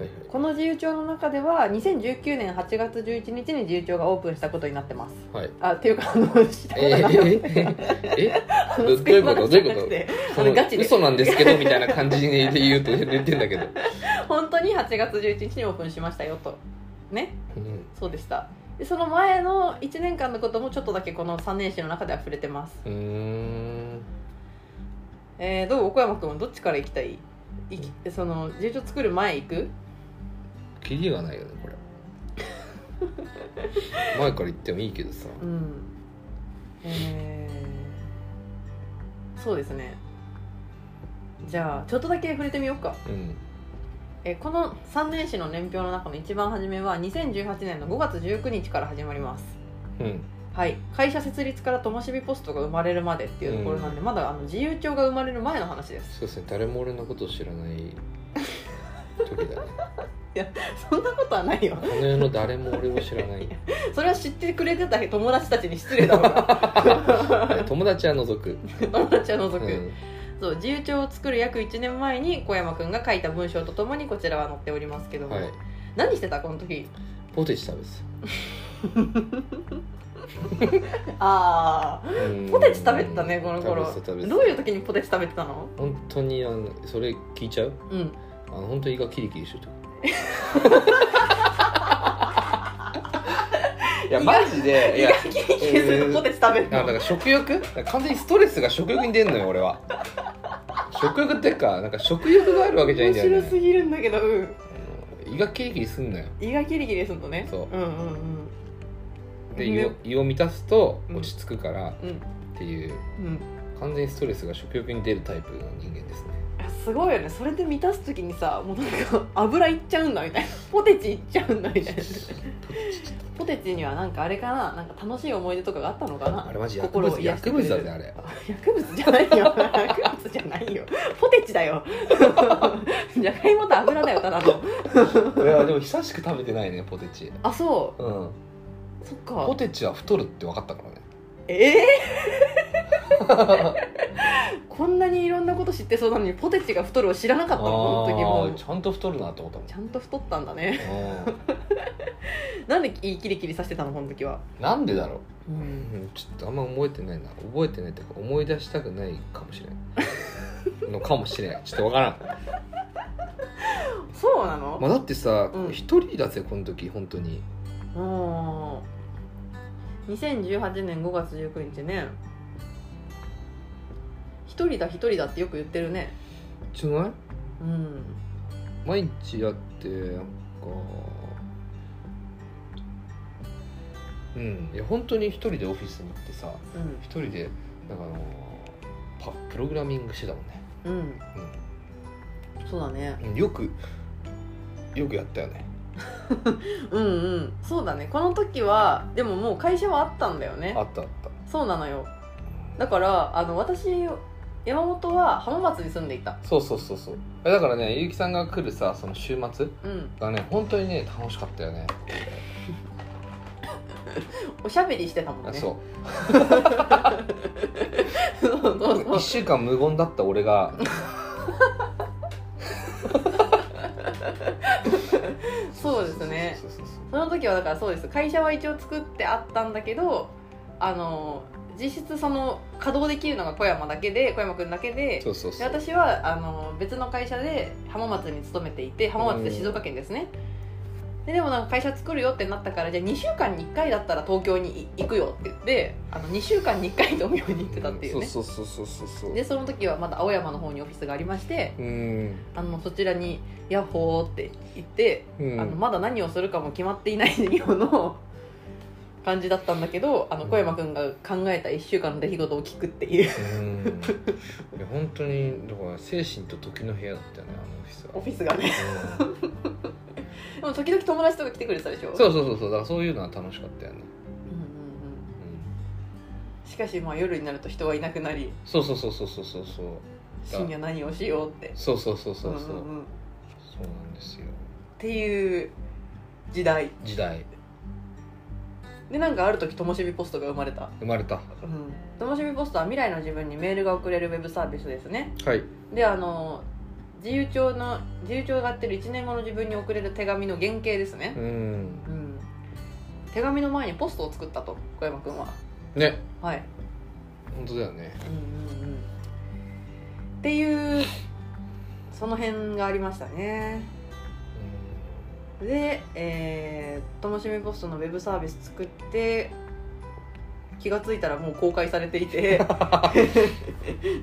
[SPEAKER 2] いはい
[SPEAKER 1] この自由帳の中では2019年8月11日に自由帳がオープンしたことになってます
[SPEAKER 2] はい
[SPEAKER 1] あっていうかあのしたこと
[SPEAKER 2] え
[SPEAKER 1] になってます
[SPEAKER 2] ー、ええ
[SPEAKER 1] あの
[SPEAKER 2] ど
[SPEAKER 1] 作り
[SPEAKER 2] どういうこと
[SPEAKER 1] 話じゃなくて
[SPEAKER 2] そ
[SPEAKER 1] あの
[SPEAKER 2] の
[SPEAKER 1] ガチで
[SPEAKER 2] 嘘なんですけどみたいな感じで言うと言ってんだけど、
[SPEAKER 1] 本当に8月11日にオープンしましたよとね
[SPEAKER 2] うん、
[SPEAKER 1] そうでしたでその前の1年間のこともちょっとだけこの3年誌の中では触れてます
[SPEAKER 2] うーん
[SPEAKER 1] えー、どう岡山君どっちから行きたいいきその自由帳作る前行く
[SPEAKER 2] キリがないよね これ前から言ってもいいけどさ
[SPEAKER 1] うんえー、そうですねじゃあちょっとだけ触れてみようか
[SPEAKER 2] うん
[SPEAKER 1] えーこの3年誌の年表の中の一番初めは2018年の5月19日から始まります
[SPEAKER 2] うん
[SPEAKER 1] はい、会社設立からともしびポストが生まれるまでっていうところなんで、まだあの自由帳が生まれる前の話です
[SPEAKER 2] そうですね誰も俺のことを知らない時だね
[SPEAKER 1] そんなことはないよ
[SPEAKER 2] この世の誰も俺を知ら ない
[SPEAKER 1] それは知ってくれてた友達たちに失礼だろう が
[SPEAKER 2] 友達は除く、
[SPEAKER 1] 友達は除
[SPEAKER 2] う
[SPEAKER 1] く、
[SPEAKER 2] ん、
[SPEAKER 1] そう自由帳を作る約1年前に小山くんが書いた文章とともにこちらは載っておりますけども、
[SPEAKER 2] はい
[SPEAKER 1] 何してたこの時
[SPEAKER 2] ポテチ食べて
[SPEAKER 1] ああ
[SPEAKER 2] たうん
[SPEAKER 1] ポテチ食べてたねこの頃
[SPEAKER 2] 食べてた食べてた
[SPEAKER 1] どういう時にポテチ食べてたの
[SPEAKER 2] 本当にあのそれ聞いちゃう
[SPEAKER 1] うん
[SPEAKER 2] あの本当に胃がキリキリしてる時 いやマジでいや
[SPEAKER 1] キリキリするとポテチ食べる
[SPEAKER 2] なん
[SPEAKER 1] の
[SPEAKER 2] かなんか食欲完全にストレスが食欲に出んのよ俺は食欲ってかなんか食欲があるわけじゃない
[SPEAKER 1] 面
[SPEAKER 2] んだよ
[SPEAKER 1] 白
[SPEAKER 2] ね
[SPEAKER 1] すぎるんだけどうん
[SPEAKER 2] あの胃がキリキリすんのよ
[SPEAKER 1] 胃がキリキリするのね
[SPEAKER 2] そう
[SPEAKER 1] うんうんうん
[SPEAKER 2] で
[SPEAKER 1] ね
[SPEAKER 2] 胃を胃を満たすと
[SPEAKER 1] うん
[SPEAKER 2] 落ち着くからっ
[SPEAKER 1] うん
[SPEAKER 2] ていう、
[SPEAKER 1] うん
[SPEAKER 2] 完全にストレスが食欲に出るタイプの人間ですね
[SPEAKER 1] いやすごいよねそれで満たす時にさもうなんか 油いっちゃうんだみたいな ポテチいっちゃうんだみたいなポテチにはなんかあれかななんか楽しい思い出とかがあったのかな
[SPEAKER 2] あれマジ薬
[SPEAKER 1] 心を
[SPEAKER 2] 物
[SPEAKER 1] 癒してく
[SPEAKER 2] 薬
[SPEAKER 1] れ
[SPEAKER 2] 物
[SPEAKER 1] る
[SPEAKER 2] だぜあれ
[SPEAKER 1] 薬物じゃないよ薬物じゃないよポテチだよ じゃがいもと油だよただの
[SPEAKER 2] いやでも久しく食べてないねポテチ
[SPEAKER 1] あそ
[SPEAKER 2] うん
[SPEAKER 1] うそっ
[SPEAKER 2] ポ
[SPEAKER 1] か
[SPEAKER 2] テチは太るって分かったからね
[SPEAKER 1] ええ こんなにいろんなこと知ってそうなのにポテチが太るを知らなかったのこの時
[SPEAKER 2] あ
[SPEAKER 1] も
[SPEAKER 2] ーちゃんと太るなと思ったもん
[SPEAKER 1] ちゃんと太ったんだね
[SPEAKER 2] う
[SPEAKER 1] なんでいいキリキリさせてたのこの時は
[SPEAKER 2] んなんでだろう
[SPEAKER 1] うん
[SPEAKER 2] うんちょっとあんま覚えてないな覚えてないっていうか思い出したくないかもしれないのかもしれないちょっとわか らん、
[SPEAKER 1] そうなの、
[SPEAKER 2] まあ、だってさ
[SPEAKER 1] うん
[SPEAKER 2] 一、人だぜこの時本当に
[SPEAKER 1] うん2018年5月19日ね一人だ一人だってよく言ってるね
[SPEAKER 2] じゃない
[SPEAKER 1] うん
[SPEAKER 2] 毎日やってなんかうんいや本当に一人でオフィスに行ってさ
[SPEAKER 1] うん
[SPEAKER 2] 一人でなんかあのパプログラミングしてたもんね、
[SPEAKER 1] うんそうだね
[SPEAKER 2] うん、よくよくやったよね
[SPEAKER 1] うんうんそうだねこの時はでももう会社はあったんだよね
[SPEAKER 2] あったあった
[SPEAKER 1] そうなのよだからあの私山本は浜松に住んでいた
[SPEAKER 2] そうそうそうそうだからね結城さんが来るさその週末
[SPEAKER 1] うん
[SPEAKER 2] がね本当にね楽しかったよね
[SPEAKER 1] おしゃべりしてたもん
[SPEAKER 2] あ
[SPEAKER 1] ね
[SPEAKER 2] そう
[SPEAKER 1] そうそうそう
[SPEAKER 2] 1週間無言だった俺が
[SPEAKER 1] そうですね
[SPEAKER 2] そうそうそうそう
[SPEAKER 1] その時はだからそうです会社は一応作ってあったんだけどあの実質その稼働できるのが小山だけで小山くんだけで
[SPEAKER 2] そうそう
[SPEAKER 1] で
[SPEAKER 2] そう
[SPEAKER 1] 私はあの別の会社で浜松に勤めていて浜松って静岡県ですね、ででもなんか会社作るよってなったからじゃあ2週間に1回だったら東京に行くよって言ってあの2週間に1回東京に行ってたっていうね、
[SPEAKER 2] そうそうそうそうそう
[SPEAKER 1] でその時はまだ青山の方にオフィスがありまして
[SPEAKER 2] うん
[SPEAKER 1] あのそちらに「ヤッホー」って言って
[SPEAKER 2] うん
[SPEAKER 1] あのまだ何をするかも決まっていないような感じだったんだけどあの小山君が考えた1週間の出来事を聞くっていう
[SPEAKER 2] うんいや本当にだから精神と時の部屋だったよねあのオフィスは
[SPEAKER 1] オフィスがね
[SPEAKER 2] うん
[SPEAKER 1] でも時々友達とか来てくれてたでしょ
[SPEAKER 2] そうそうそうそうだからそういうのは楽しかったよね、
[SPEAKER 1] うんうんうん
[SPEAKER 2] うん、
[SPEAKER 1] しかしまあ夜になると人はいなくなり
[SPEAKER 2] そうそうそうそうそうそうそう
[SPEAKER 1] 深夜何をしようって
[SPEAKER 2] そうそうそうそうそう
[SPEAKER 1] うんうんうんっ
[SPEAKER 2] そうなんですよ
[SPEAKER 1] ていう時代
[SPEAKER 2] 時代
[SPEAKER 1] でなんかある時ともしびポストが生まれた
[SPEAKER 2] 生まれた
[SPEAKER 1] うんともしびポストは未来の自分にメールが送れるウェブサービスですね
[SPEAKER 2] はい
[SPEAKER 1] であの自由帳の自由帳がやってる1年後の自分に送れる手紙の原型ですね
[SPEAKER 2] うん
[SPEAKER 1] うん手紙の前にポストを作ったと小山君は
[SPEAKER 2] ね
[SPEAKER 1] はい、
[SPEAKER 2] 本当だよね
[SPEAKER 1] うんうんうん、っていうその辺がありましたねでえーともしみポストのウェブサービス作って気がついたらもう公開されてい て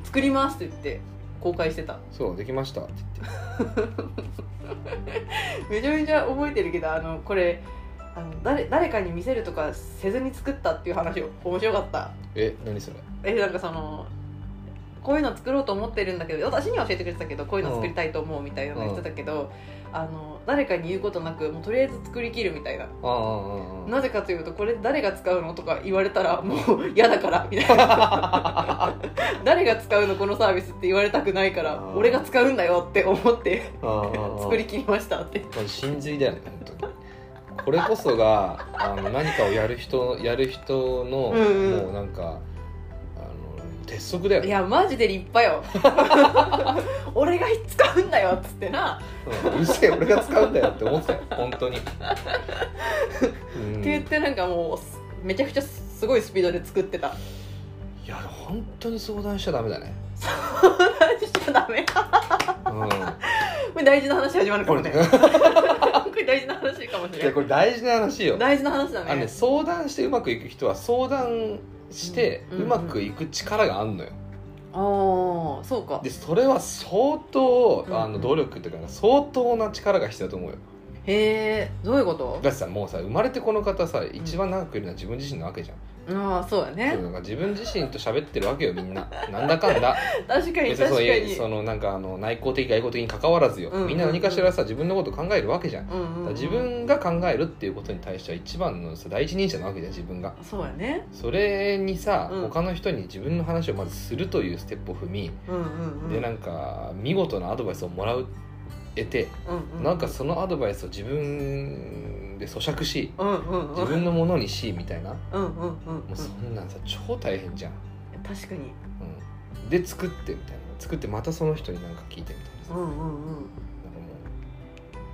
[SPEAKER 1] 作りますって言って公開してた
[SPEAKER 2] そうできましたって言って
[SPEAKER 1] めちゃめちゃ覚えてるけどあのこれあの誰誰かに見せるとかせずに作ったっていう話を面白かった
[SPEAKER 2] え何それ
[SPEAKER 1] えなんかそのこういうの作ろうと思ってるんだけど私には教えてくれてたけどこういうの作りたいと思うみたいなの言ってたけど、あの誰かに言うことなくもうとりあえず作りきるみたいな、
[SPEAKER 2] ああ
[SPEAKER 1] なぜかというとこれ誰が使うのとか言われたらもう嫌だからみた いな誰が使うのこのサービスって言われたくないから
[SPEAKER 2] うん
[SPEAKER 1] 俺が使うんだよって思って
[SPEAKER 2] ああああ
[SPEAKER 1] 作りきりましたって
[SPEAKER 2] まあ真髄だよね本当にこれこそがあの何かをやる人やる人の、
[SPEAKER 1] うんうん
[SPEAKER 2] もうなんかあの鉄則だよ
[SPEAKER 1] い
[SPEAKER 2] ね
[SPEAKER 1] やマジで立派 よ俺が使うんだよっつってな
[SPEAKER 2] うんうるせえ俺が使うんだよって思ってたよ本当に、うん、
[SPEAKER 1] って言ってなんかもうすめちゃくちゃすごいスピードで作ってた
[SPEAKER 2] いや本当に相談しちゃダ メだね、
[SPEAKER 1] しちゃダメ
[SPEAKER 2] うん、
[SPEAKER 1] これ大事な話始まるか
[SPEAKER 2] こ
[SPEAKER 1] も
[SPEAKER 2] れ
[SPEAKER 1] ね
[SPEAKER 2] ね
[SPEAKER 1] これ大事な話かもし
[SPEAKER 2] い
[SPEAKER 1] れ
[SPEAKER 2] や
[SPEAKER 1] な
[SPEAKER 2] こ
[SPEAKER 1] い
[SPEAKER 2] れ大事な話よ
[SPEAKER 1] 大事な話だ
[SPEAKER 2] あの
[SPEAKER 1] ね
[SPEAKER 2] ね相談してうまくいく人は相談して
[SPEAKER 1] うん
[SPEAKER 2] うまくいく力があんのよ
[SPEAKER 1] ああそうか
[SPEAKER 2] でそれは相当あ
[SPEAKER 1] うんう
[SPEAKER 2] の
[SPEAKER 1] ん
[SPEAKER 2] 努力っていうか相当な力が必要だと思うよ
[SPEAKER 1] へえどういうこと
[SPEAKER 2] だってさもうさ生まれてこの方さ一番長くいるのは自分自身なわけじゃん、
[SPEAKER 1] ああそうだ
[SPEAKER 2] そう
[SPEAKER 1] ね
[SPEAKER 2] なんか自分自身と喋ってるわけよみんななんだかんだ
[SPEAKER 1] 確かに
[SPEAKER 2] 別に
[SPEAKER 1] 確
[SPEAKER 2] そ
[SPEAKER 1] か
[SPEAKER 2] ういう
[SPEAKER 1] に
[SPEAKER 2] そのなんかあの内向的外向的に関わらずよ、
[SPEAKER 1] うんうんうん
[SPEAKER 2] みんな何かしらさ自分のこと考えるわけじゃんだか
[SPEAKER 1] うんうんう
[SPEAKER 2] ら
[SPEAKER 1] ん
[SPEAKER 2] 自分が考えるっていうことに対しては一番のさ第一人者なわけじゃん自分が
[SPEAKER 1] そうやね
[SPEAKER 2] それにさ、
[SPEAKER 1] うん
[SPEAKER 2] 他の人に自分の話をまずするというステップを踏み、
[SPEAKER 1] うんうんうん
[SPEAKER 2] でなんか見事なアドバイスをもらう得て、
[SPEAKER 1] うんうん
[SPEAKER 2] なんかそのアドバイスを自分で咀嚼し
[SPEAKER 1] うんうんうん
[SPEAKER 2] 自分のものにしみたいなも
[SPEAKER 1] うんうんうんうん
[SPEAKER 2] うそんなんさ超大変じゃん、
[SPEAKER 1] 確かに
[SPEAKER 2] うん、で作ってみたいな作ってまたその人になんか聞いてみたいな
[SPEAKER 1] う
[SPEAKER 2] さ
[SPEAKER 1] んうんうん
[SPEAKER 2] なんかもう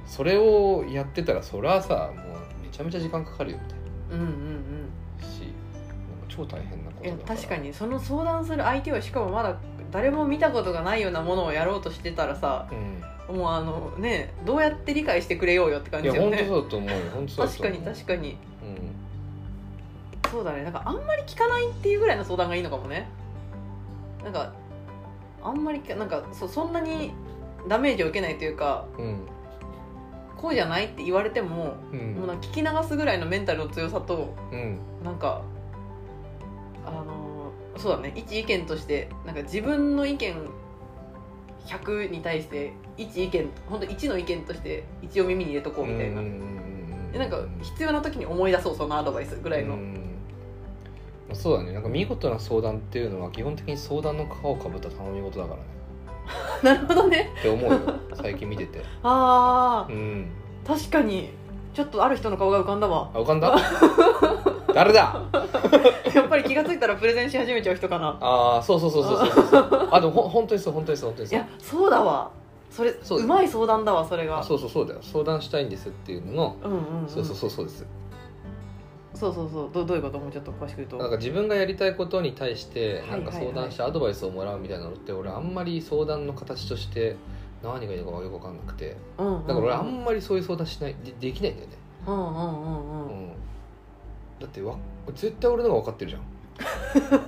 [SPEAKER 2] それをやってたらそりゃさもうめちゃめちゃ時間かかるよみたい
[SPEAKER 1] うんうんうん
[SPEAKER 2] なしなんか超大変なこ
[SPEAKER 1] い
[SPEAKER 2] と
[SPEAKER 1] や
[SPEAKER 2] だから
[SPEAKER 1] 確かにその相談する相手をしかもまだ誰も見たことがないようなものをやろうとしてたらさ
[SPEAKER 2] うん
[SPEAKER 1] もうあのねどうやって理解してくれようよって感
[SPEAKER 2] い
[SPEAKER 1] じ
[SPEAKER 2] や
[SPEAKER 1] だよ
[SPEAKER 2] 本当
[SPEAKER 1] ね
[SPEAKER 2] そうだと思うよ本当そうだ
[SPEAKER 1] 確
[SPEAKER 2] と思
[SPEAKER 1] か
[SPEAKER 2] う
[SPEAKER 1] に確かに
[SPEAKER 2] うん
[SPEAKER 1] そうだねなんかあんまり聞かないっていうぐらいの相談がいいのかもねなんかあんまり聞かなんかそそんなにダメージを受けないというか
[SPEAKER 2] うん
[SPEAKER 1] こうじゃないって言われても、
[SPEAKER 2] うん
[SPEAKER 1] もうなんか聞き流すぐらいのメンタルの強さと
[SPEAKER 2] うん
[SPEAKER 1] なんかあのそうだね一意見としてなんか自分の意見100に対して一意見本当一の意見として一応耳に入れとこうみたいな、
[SPEAKER 2] うんうんうんうん
[SPEAKER 1] でなんか必要な時に思い出そうそのアドバイスぐらいの、
[SPEAKER 2] うんまあそうだねなんか見事な相談っていうのは基本的に相談の皮をかぶった頼み事だからね
[SPEAKER 1] なるほどね
[SPEAKER 2] って思 うよ最近見てて
[SPEAKER 1] あ
[SPEAKER 2] う
[SPEAKER 1] ー
[SPEAKER 2] ん
[SPEAKER 1] 確かにちょっとある人の顔が浮かんだわ
[SPEAKER 2] あ浮かんだ誰だ
[SPEAKER 1] やっぱり気が付いたらプレゼンし始めちゃう人かな
[SPEAKER 2] ああそうそうそうそうそうそうあでもほん本当にそう本当にそう本当に
[SPEAKER 1] い
[SPEAKER 2] そう
[SPEAKER 1] やそうだわそれ
[SPEAKER 2] そう
[SPEAKER 1] うまい相談だわそれが
[SPEAKER 2] あそうそうそうだよ相談したいんですっていうのの
[SPEAKER 1] うんうん、うん、
[SPEAKER 2] そうそうそうそうです
[SPEAKER 1] そうそうそうどどういうこともうちょっと詳しく言うと
[SPEAKER 2] なんか自分がやりたいことに対して
[SPEAKER 1] はい
[SPEAKER 2] なんか相談してアドバイスをもらうみたいなのって俺あんまり相談の形として何がいいのかよく分かんなくて
[SPEAKER 1] うんうん
[SPEAKER 2] だから俺あんまりそういう相談しないでできないんだよね、
[SPEAKER 1] うんうんうん
[SPEAKER 2] う
[SPEAKER 1] うん
[SPEAKER 2] ん、だってわ絶対俺の方が分かってるじゃん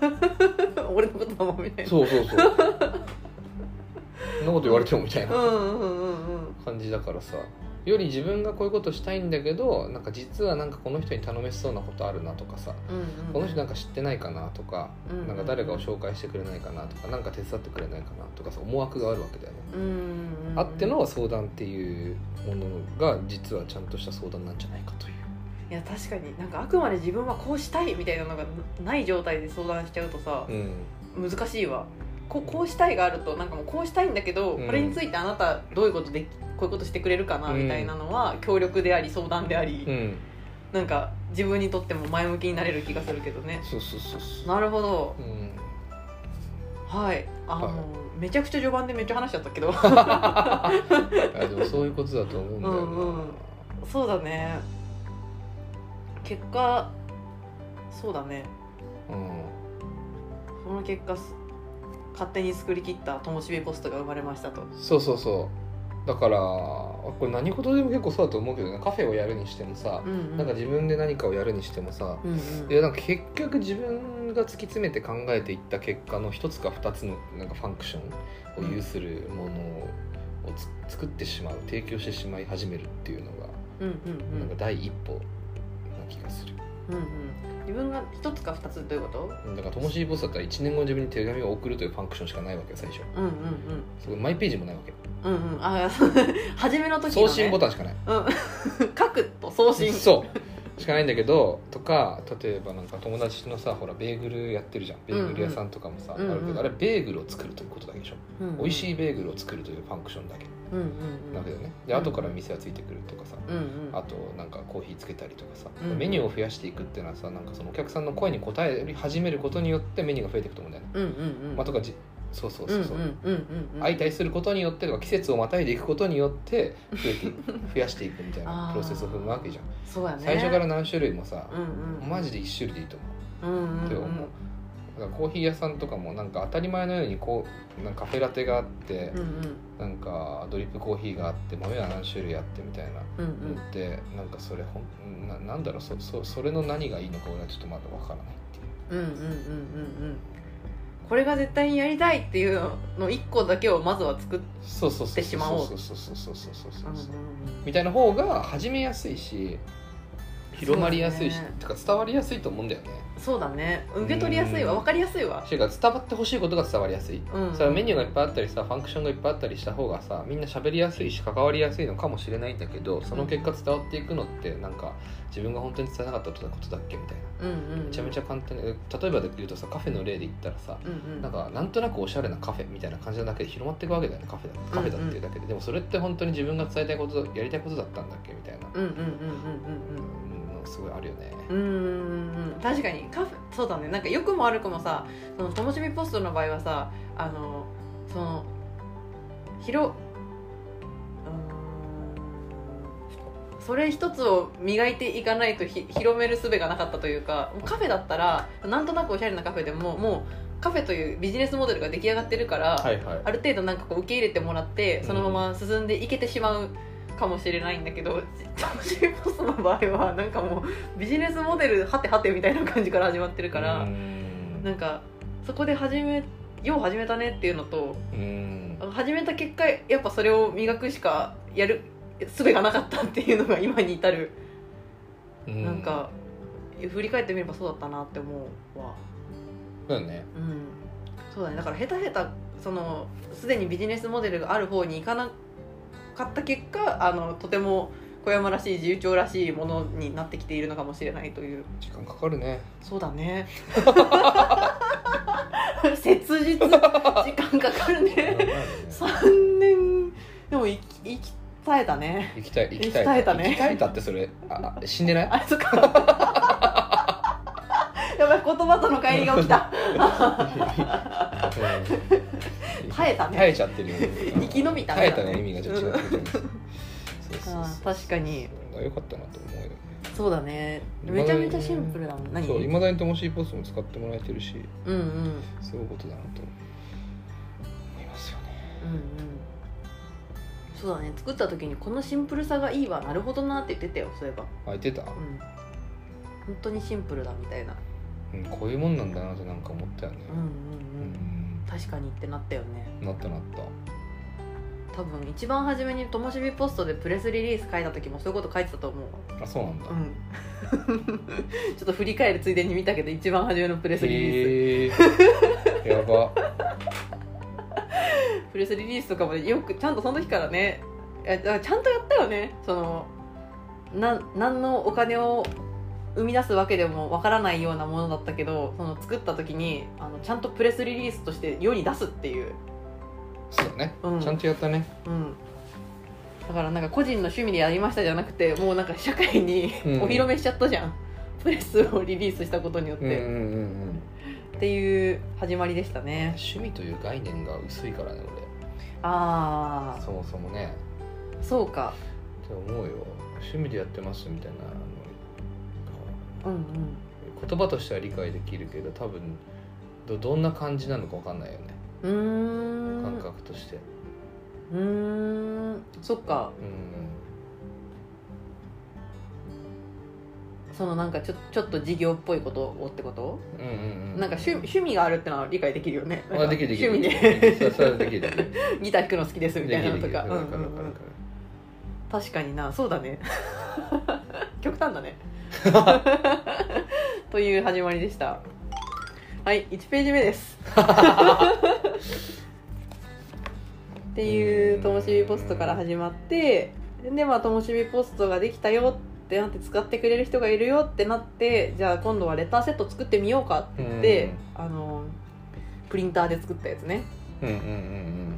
[SPEAKER 1] 俺のことだもんみたいな
[SPEAKER 2] そうそうそうそんなこと言われてもみたいな
[SPEAKER 1] うんうんうんうん
[SPEAKER 2] 感じだからさより自分がこういうことしたいんだけどなんか実はなんかこの人に頼めそうなことあるなとかさ
[SPEAKER 1] うんうん
[SPEAKER 2] この人なんか知ってないかなとか、
[SPEAKER 1] うんうん
[SPEAKER 2] なんか誰かを紹介してくれないかなとかなんか手伝ってくれないかなとかさ思惑があるわけだよね、
[SPEAKER 1] うんうんうん
[SPEAKER 2] あっての相談っていうものが実はちゃんとした相談なんじゃないかという
[SPEAKER 1] いや確かになんかあくまで自分はこうしたいみたいなのがない状態で相談しちゃうとさ、
[SPEAKER 2] うん
[SPEAKER 1] 難しいわこうこうしたいがあるとなんかもうこうしたいんだけど、
[SPEAKER 2] うん
[SPEAKER 1] これについてあなたどういうことできこういうことしてくれるかな
[SPEAKER 2] うん
[SPEAKER 1] みたいなのは協力であり相談であり、
[SPEAKER 2] うん
[SPEAKER 1] なんか自分にとっても前向きになれる気がするけどね
[SPEAKER 2] そうそうそうそう
[SPEAKER 1] なるほど
[SPEAKER 2] うん
[SPEAKER 1] はいあの、
[SPEAKER 2] はい
[SPEAKER 1] めちゃくちゃ序盤でめっちゃ話しちゃったけど
[SPEAKER 2] あでもそういうことだと思うんだよな、
[SPEAKER 1] うんうんそうだね結果そうだね
[SPEAKER 2] うん
[SPEAKER 1] その結果す勝手に作り切ったともしびポストが生まれましたと
[SPEAKER 2] そうそうそうだからこれ何事でも結構そうだと思うけどねカフェをやるにしてもさ
[SPEAKER 1] う、んうん
[SPEAKER 2] なんか自分で何かをやるにしてもさ、
[SPEAKER 1] うんうん
[SPEAKER 2] いやなんか結局自分が突き詰めて考えていった結果の一つか二つのなんかファンクションを有するものをつ作ってしまう提供してしまい始めるっていうのが
[SPEAKER 1] うんうん
[SPEAKER 2] なんか第一歩な気がする、
[SPEAKER 1] うんうん自分が一つか二つどういうこと
[SPEAKER 2] だからともしいボスだったら1年後に自分に手紙を送るというファンクションしかないわけよ最初
[SPEAKER 1] うんうん
[SPEAKER 2] そこマイページもないわけ
[SPEAKER 1] うんうんうんあ 初めの時の、ね、
[SPEAKER 2] 送信ボタンしかない
[SPEAKER 1] うん、 書くと送信
[SPEAKER 2] そうしかないんだけどとか例えばなんか友達のさほらベーグルやってるじゃんベーグル屋さんとかもさ、
[SPEAKER 1] うんうん
[SPEAKER 2] あるけど、
[SPEAKER 1] うんうん
[SPEAKER 2] あれベーグルを作るということだけでしょ、
[SPEAKER 1] うんうん、
[SPEAKER 2] 美味し
[SPEAKER 1] い
[SPEAKER 2] いベーグルを作るというファンクションだけ
[SPEAKER 1] うんうんうん
[SPEAKER 2] なわけだよね
[SPEAKER 1] う
[SPEAKER 2] で
[SPEAKER 1] ん
[SPEAKER 2] 後から店がついてくるとかさ、
[SPEAKER 1] うんうん
[SPEAKER 2] あとなんかコーヒーつけたりとかさ、
[SPEAKER 1] うん
[SPEAKER 2] メニューを増やしていくっていうのはさなんかそのお客さんの声に応え始めることによってメニューが増えていくと思うんだよね、
[SPEAKER 1] うんうんうん
[SPEAKER 2] まあ、とかじそうそうそうそう、
[SPEAKER 1] うんうんうんうん
[SPEAKER 2] 相対することによってとか季節をまたいでいくことによって増えていく 増やしていくみたいなプロセスを踏むわけじゃん、
[SPEAKER 1] そうやね
[SPEAKER 2] 最初から何種類もさ、
[SPEAKER 1] うんうん
[SPEAKER 2] マジで1種類でいいと思
[SPEAKER 1] う
[SPEAKER 2] う
[SPEAKER 1] んうんうん
[SPEAKER 2] って思うだからコーヒー屋さんとかもなんか当たり前のようにこうなんかカフェラテがあって、
[SPEAKER 1] うん
[SPEAKER 2] なんかドリップコーヒーがあって豆は何種類あってみたいな
[SPEAKER 1] うんうん
[SPEAKER 2] のって、なんかそれほんななんだろうそそそれの何がいいのか俺はちょっとまだわからないってい
[SPEAKER 1] う
[SPEAKER 2] う
[SPEAKER 1] んうんうんうんうんうんこれが絶対にやりたいっていうの一個だけをまずは作っ
[SPEAKER 2] そうそう
[SPEAKER 1] っ
[SPEAKER 2] そう
[SPEAKER 1] てしまおう
[SPEAKER 2] そうそうそうそうそうそうそう
[SPEAKER 1] た
[SPEAKER 2] そうみたいな方が始めやすいし広まりやすいし、
[SPEAKER 1] そうだね
[SPEAKER 2] てか伝わりやすいと思うんだよね
[SPEAKER 1] そうだね受け取りやすいわ
[SPEAKER 2] うん
[SPEAKER 1] 分かりやすいわ
[SPEAKER 2] それから伝わってほしいことが伝わりやすい、
[SPEAKER 1] うん
[SPEAKER 2] それはメニューがいっぱいあったりさファンクションがいっぱいあったりした方がさみんな喋りやすいし関わりやすいのかもしれないんだけどその結果伝わっていくのってなんか自分が本当に伝えなかったことだっけみたいな
[SPEAKER 1] うんうん
[SPEAKER 2] めちゃめちゃ簡単にえ例えばで言うとさカフェの例で言ったらさ
[SPEAKER 1] うんうん
[SPEAKER 2] なんかなんとなくおしゃれなカフェみたいな感じなだけで広まっていくわけだよねカフェだカフェだっていうだけで、でもそれって本当に自分が伝えたいことやりたいことだったんだっけみたいな、
[SPEAKER 1] うんうんうん
[SPEAKER 2] うんすごいあるよね、
[SPEAKER 1] うんうんうんうんうん確かにカフェそうだねなんか良くも悪くもさそのともしびポストの場合はさあのその広うーんそれ一つを磨いていかないとひ広める術がなかったというかもうカフェだったらなんとなくおしゃれなカフェでももうカフェというビジネスモデルが出来上がってるから、
[SPEAKER 2] いはい
[SPEAKER 1] ある程度なんかこう受け入れてもらってそのまま進んでいけてしまうかもしれないんだけど、楽しみポストの場合はなんかもうビジネスモデルはてはてみたいな感じから始まってるから、
[SPEAKER 2] うん
[SPEAKER 1] なんかそこで始めよう始めたねっていうのと
[SPEAKER 2] うん
[SPEAKER 1] 始めた結果やっぱそれを磨くしかやる術がなかったっていうのが今に至る、
[SPEAKER 2] うん
[SPEAKER 1] なんか振り返ってみればそうだったなって思うわ。
[SPEAKER 2] そうだね
[SPEAKER 1] うん、そうだねだからヘタヘタそのすでにビジネスモデルがある方に行かなかった結果あのとても小山らしい自由帳らしいものになってきているのかもしれないという
[SPEAKER 2] 時間かかる ね
[SPEAKER 1] そうだね切実時間かかるね3年でも生き生き耐えたね
[SPEAKER 2] 行きたい行き
[SPEAKER 1] 行きた
[SPEAKER 2] た
[SPEAKER 1] い
[SPEAKER 2] い
[SPEAKER 1] だね
[SPEAKER 2] 行きたいだってそれああ死んでない
[SPEAKER 1] あそっかやばい言葉との乖離が起き た
[SPEAKER 2] うん
[SPEAKER 1] 耐えたね
[SPEAKER 2] 耐えちゃってるよね
[SPEAKER 1] 生き延びたね
[SPEAKER 2] 耐えたの意味がちょっと違うけどそうそう
[SPEAKER 1] あ
[SPEAKER 2] そう
[SPEAKER 1] ー確かに
[SPEAKER 2] 良かったなと思うよね
[SPEAKER 1] そうだねめちゃめちゃシンプルだもん何
[SPEAKER 2] そういうまだにともしいポストも使ってもらえてるし
[SPEAKER 1] んうんうん
[SPEAKER 2] すごいことだなと思いますよね
[SPEAKER 1] うんそうだね作った時にこのシンプルさがいいわなるほどなって言ってたよそういえば
[SPEAKER 2] あいてた、
[SPEAKER 1] うん本当にシンプルだみたいな
[SPEAKER 2] うん、こういうもんなんだなってなんか思ったよね
[SPEAKER 1] うんうん
[SPEAKER 2] う
[SPEAKER 1] うん
[SPEAKER 2] ん、
[SPEAKER 1] 確かにってなったよね
[SPEAKER 2] なったなった
[SPEAKER 1] 多分一番初めに「ともしびポスト」でプレスリリース書いた時もそういうこと書いてたと思う
[SPEAKER 2] あそうなんだ、
[SPEAKER 1] うん ちょっと振り返るついでに見たけど一番初めのプレスリリース、
[SPEAKER 2] へーやば
[SPEAKER 1] プレスリリースとかもよくちゃんとその時からねえだからちゃんとやったよねそのなん何のお金を生み出すわけでもわからないようなものだったけどその作った時にあのちゃんとプレスリリースとして世に出すっていう、
[SPEAKER 2] そうだね、
[SPEAKER 1] うん
[SPEAKER 2] ちゃんとやったね
[SPEAKER 1] うん、だからなんか個人の趣味でやりましたじゃなくてもうなんか社会に
[SPEAKER 2] うん
[SPEAKER 1] お披露目しちゃったじゃん、プレスをリリースしたことによっ
[SPEAKER 2] うんうんう
[SPEAKER 1] て、
[SPEAKER 2] んうん
[SPEAKER 1] っていう始まりでしたね
[SPEAKER 2] 趣味という概念が薄いからね
[SPEAKER 1] あ
[SPEAKER 2] 俺
[SPEAKER 1] あ
[SPEAKER 2] そもそもね
[SPEAKER 1] そうか
[SPEAKER 2] って思うよ趣味でやってますみたいなあの
[SPEAKER 1] うんうん
[SPEAKER 2] 言葉としては理解できるけど多分どどんな感じなのか分かんないよね
[SPEAKER 1] うーん
[SPEAKER 2] 感覚として
[SPEAKER 1] うーんそっか
[SPEAKER 2] うん
[SPEAKER 1] そのなんかちょちょっと事業っぽいことをってこと、
[SPEAKER 2] うんうんうん
[SPEAKER 1] なんか趣趣味があるってのは理解できるよね
[SPEAKER 2] あできるできる
[SPEAKER 1] 趣味で
[SPEAKER 2] そうそうできるできる
[SPEAKER 1] ギター弾くの好きですみたいなのとか
[SPEAKER 2] できるできる
[SPEAKER 1] うん
[SPEAKER 2] わかる
[SPEAKER 1] う
[SPEAKER 2] わ
[SPEAKER 1] ん
[SPEAKER 2] か
[SPEAKER 1] う
[SPEAKER 2] るわ
[SPEAKER 1] ん
[SPEAKER 2] かる
[SPEAKER 1] 確かになそうだ ね極端だねという始まりでしたはい1ページ目です っていうともしびポストから始まってでまあともしびポストができたよってなって使ってくれる人がいるよってなってじゃあ今度はレターセット作ってみようか
[SPEAKER 2] うん
[SPEAKER 1] って、あのプリンターで作ったやつね
[SPEAKER 2] うんうんうんうん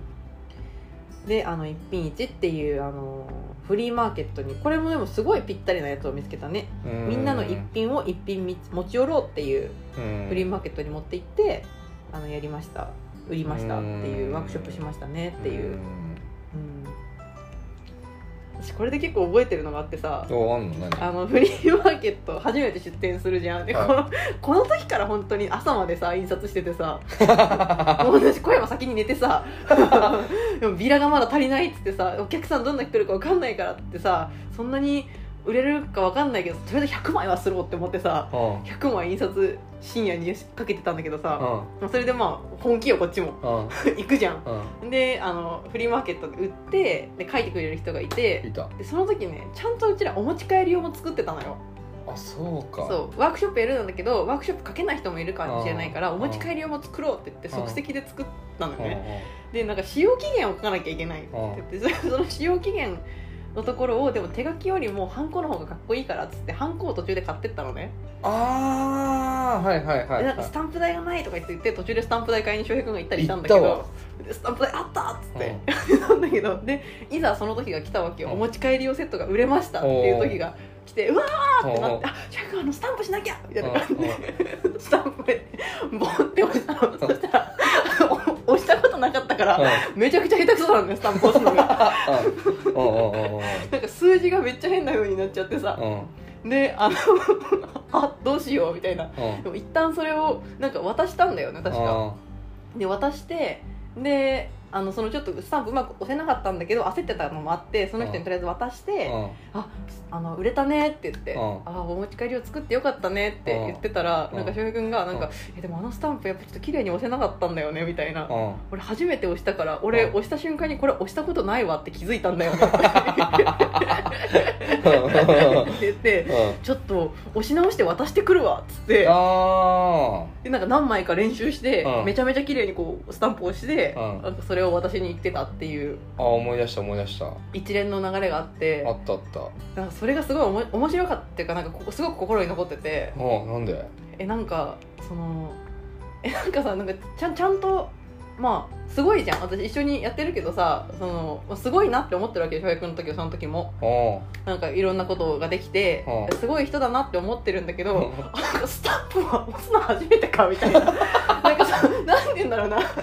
[SPEAKER 1] であの一品一っていうあのフリーマーケットにこれもでもすごいぴったりなやつを見つけたね
[SPEAKER 2] う
[SPEAKER 1] みんなの一品を一品み持ち寄ろうっていうフリーマーケットに持って行ってあのやりました売りましたっていう
[SPEAKER 2] うん
[SPEAKER 1] ワークショップしましたねっていう、
[SPEAKER 2] ん
[SPEAKER 1] うん、私これで結構覚えてるのがあってさ
[SPEAKER 2] おあんの何
[SPEAKER 1] あのフリーマーケット初めて出店するじゃんでこのこの時から本当に朝までさ印刷しててさもう私小山先に寝てさ でもビラがまだ足りないっつってさお客さんどんな人来るか分かんないからってさそんなに売れるか分かんないけどとりあえず100枚はすろうって思ってさ
[SPEAKER 2] うん
[SPEAKER 1] 100枚印刷深夜にかけてたんだけどさ
[SPEAKER 2] うん
[SPEAKER 1] まあそれでまあ本気よこっちも
[SPEAKER 2] うん
[SPEAKER 1] 行くじゃん
[SPEAKER 2] うん
[SPEAKER 1] であのフリーマーケットで売ってで書いてくれる人がいて
[SPEAKER 2] いた
[SPEAKER 1] でその時ねちゃんとうちらお持ち帰り用も作ってたのよ
[SPEAKER 2] あそうか
[SPEAKER 1] そうワークショップやるんだけどワークショップかけない人もいるかもしれないからお持ち帰り用も作ろうって言って即席で作ったの
[SPEAKER 2] うんうん
[SPEAKER 1] ねでなんか使用期限を書かなきゃいけないって言ってそその使用期限のところをでも手書きよりもハンコの方がかっこいいからっつってハンコを途中で買ってったのね
[SPEAKER 2] ああはいはいはい
[SPEAKER 1] でない
[SPEAKER 2] は
[SPEAKER 1] んかスタンプ代がないとか言って言って途中でスタンプ代買いに翔平君が行ったりしたんだけ
[SPEAKER 2] 行った
[SPEAKER 1] ど
[SPEAKER 2] わ
[SPEAKER 1] でスタンプ代あったっつって、
[SPEAKER 2] うん
[SPEAKER 1] なんだけどでいざその時が来たわけよ、
[SPEAKER 2] うん
[SPEAKER 1] お持ち帰り用セットが売れましたっていう時が来てうわーってなって「あシャークあのスタンプしなきゃ!」みたいな感じでスタンプでボンって押したのそしたらお押したことなかったからめちゃくちゃ下手くそなのよスタンプ押すのがなんか数字がめっちゃ変な風になっちゃってさであの あどうしようみたいなでも一旦それをなんか渡したんだよね確かで渡してであのそのちょっとスタンプうまく押せなかったんだけど焦ってたのもあってその人にとりあえず渡して「ああの売れたね」って言って
[SPEAKER 2] うん
[SPEAKER 1] 「あお持ち帰りを作ってよかったね」って言ってたら
[SPEAKER 2] うん
[SPEAKER 1] なんか翔平君がなん
[SPEAKER 2] う
[SPEAKER 1] か
[SPEAKER 2] ん
[SPEAKER 1] 「えでもあのスタンプやっぱちょっと綺麗に押せなかったんだよね」みたいな「俺初めて押したから俺
[SPEAKER 2] うん
[SPEAKER 1] 押した瞬間にこれ押したことないわ」って気づいたんだよねって言って「ちょっと押し直して渡してくるわ」っつってでなんか何枚か練習して
[SPEAKER 2] うん
[SPEAKER 1] めちゃめちゃ綺麗にこうスタンプをして
[SPEAKER 2] うん
[SPEAKER 1] なんかそそれを私に言ってたっていう
[SPEAKER 2] あ思い出した思い出したあ
[SPEAKER 1] 一連の流れがあって
[SPEAKER 2] ったあった
[SPEAKER 1] なんかそれがすごいおも面白かったっていうかなんかこすごく心に残ってて
[SPEAKER 2] あなんで
[SPEAKER 1] えなんかそのえなんかさなんかちゃんちゃんとまあすごいじゃん私一緒にやってるけどさそのまあすごいなって思ってるわけよ翔平君の時もその時も
[SPEAKER 2] ああ
[SPEAKER 1] なんかいろんなことができて
[SPEAKER 2] はあ
[SPEAKER 1] すごい人だなって思ってるんだけどなんかスタッフは押すの初めてかみたいな なんかさなんて言うんだろうな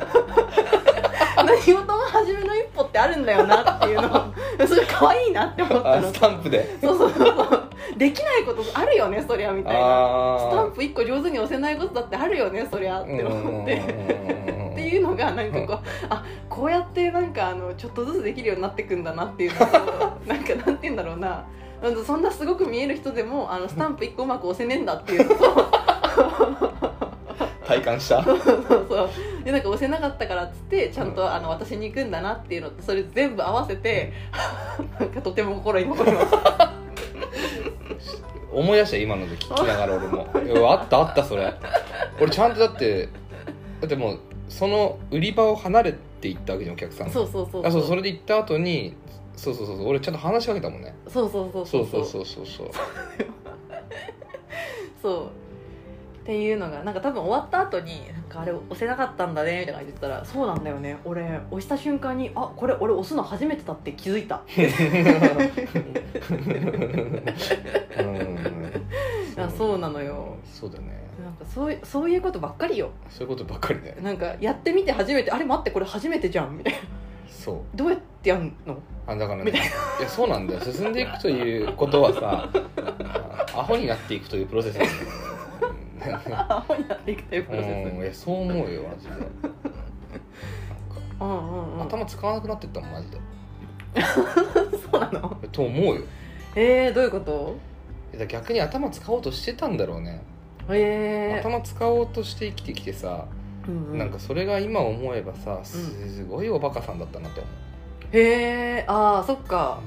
[SPEAKER 1] 何事も初めの一歩ってあるんだよなっていうのをそれ可愛いなって思った
[SPEAKER 2] あ
[SPEAKER 1] の
[SPEAKER 2] スタンプで
[SPEAKER 1] そうそうそうできないことあるよねそりゃみたいな
[SPEAKER 2] あ
[SPEAKER 1] スタンプ一個上手に押せないことだってあるよねそりゃって思って。
[SPEAKER 2] っ
[SPEAKER 1] っていう
[SPEAKER 2] う
[SPEAKER 1] のがなんかこうあこうやってなんかあのちょっとずつできるようになっていくんだなっていうのとなんかなんて言うんだろうななんかそんなすごく見える人でもあのスタンプ一個うまく押せねえんだっていうの と
[SPEAKER 2] ん体感した
[SPEAKER 1] そうそうでなんか押せなかったからっつってちゃんとあの私に行くんだなっていうのとそれ全部合わせて なんかとても心に残り ます
[SPEAKER 2] 思い出した今ので聞きながら俺もいやあったあったそれ俺ちゃんとだってだってもうその売り場を離れていったわけじゃんお客さん
[SPEAKER 1] そうそうそう
[SPEAKER 2] あそうそ
[SPEAKER 1] そう
[SPEAKER 2] れで行った後にそうそうそうそう俺ちゃんと話しかけたもんね
[SPEAKER 1] そうそうそう
[SPEAKER 2] そうそう
[SPEAKER 1] そう
[SPEAKER 2] そうそ うそう
[SPEAKER 1] そうっていうのがなんか多分終わった後になんかあれ押せなかったんだねみたいな感じで言ったらそうなんだよね俺押した瞬間にあこれ俺押すの初めてだって気づいた
[SPEAKER 2] う
[SPEAKER 1] あ
[SPEAKER 2] ん
[SPEAKER 1] そうなのよ
[SPEAKER 2] そうだね
[SPEAKER 1] なんかそういそういうことばっかりよ
[SPEAKER 2] そういうことばっかりね
[SPEAKER 1] なんかやってみて初めてあれ待ってこれ初めてじゃんみたいな
[SPEAKER 2] そう
[SPEAKER 1] どうやってやんの
[SPEAKER 2] あだから
[SPEAKER 1] み
[SPEAKER 2] ねいやそうなんだよ進んでいくということはさ あアホになっていくというプロセスなんだよ
[SPEAKER 1] ああやっていくというプロセ
[SPEAKER 2] うんいやそう思うよマジでなんか
[SPEAKER 1] スうんうんうん
[SPEAKER 2] 頭使わなくなってったもんマジで
[SPEAKER 1] そうなの
[SPEAKER 2] と思うよ
[SPEAKER 1] えー、どういうこと
[SPEAKER 2] いや逆に頭使おうとしてたんだろうね、
[SPEAKER 1] え
[SPEAKER 2] 頭使おうとして生きてきてさ、
[SPEAKER 1] ー、うう
[SPEAKER 2] なんかそれが今思えばさすごいおバカさんだったなって思う、
[SPEAKER 1] へえああそっか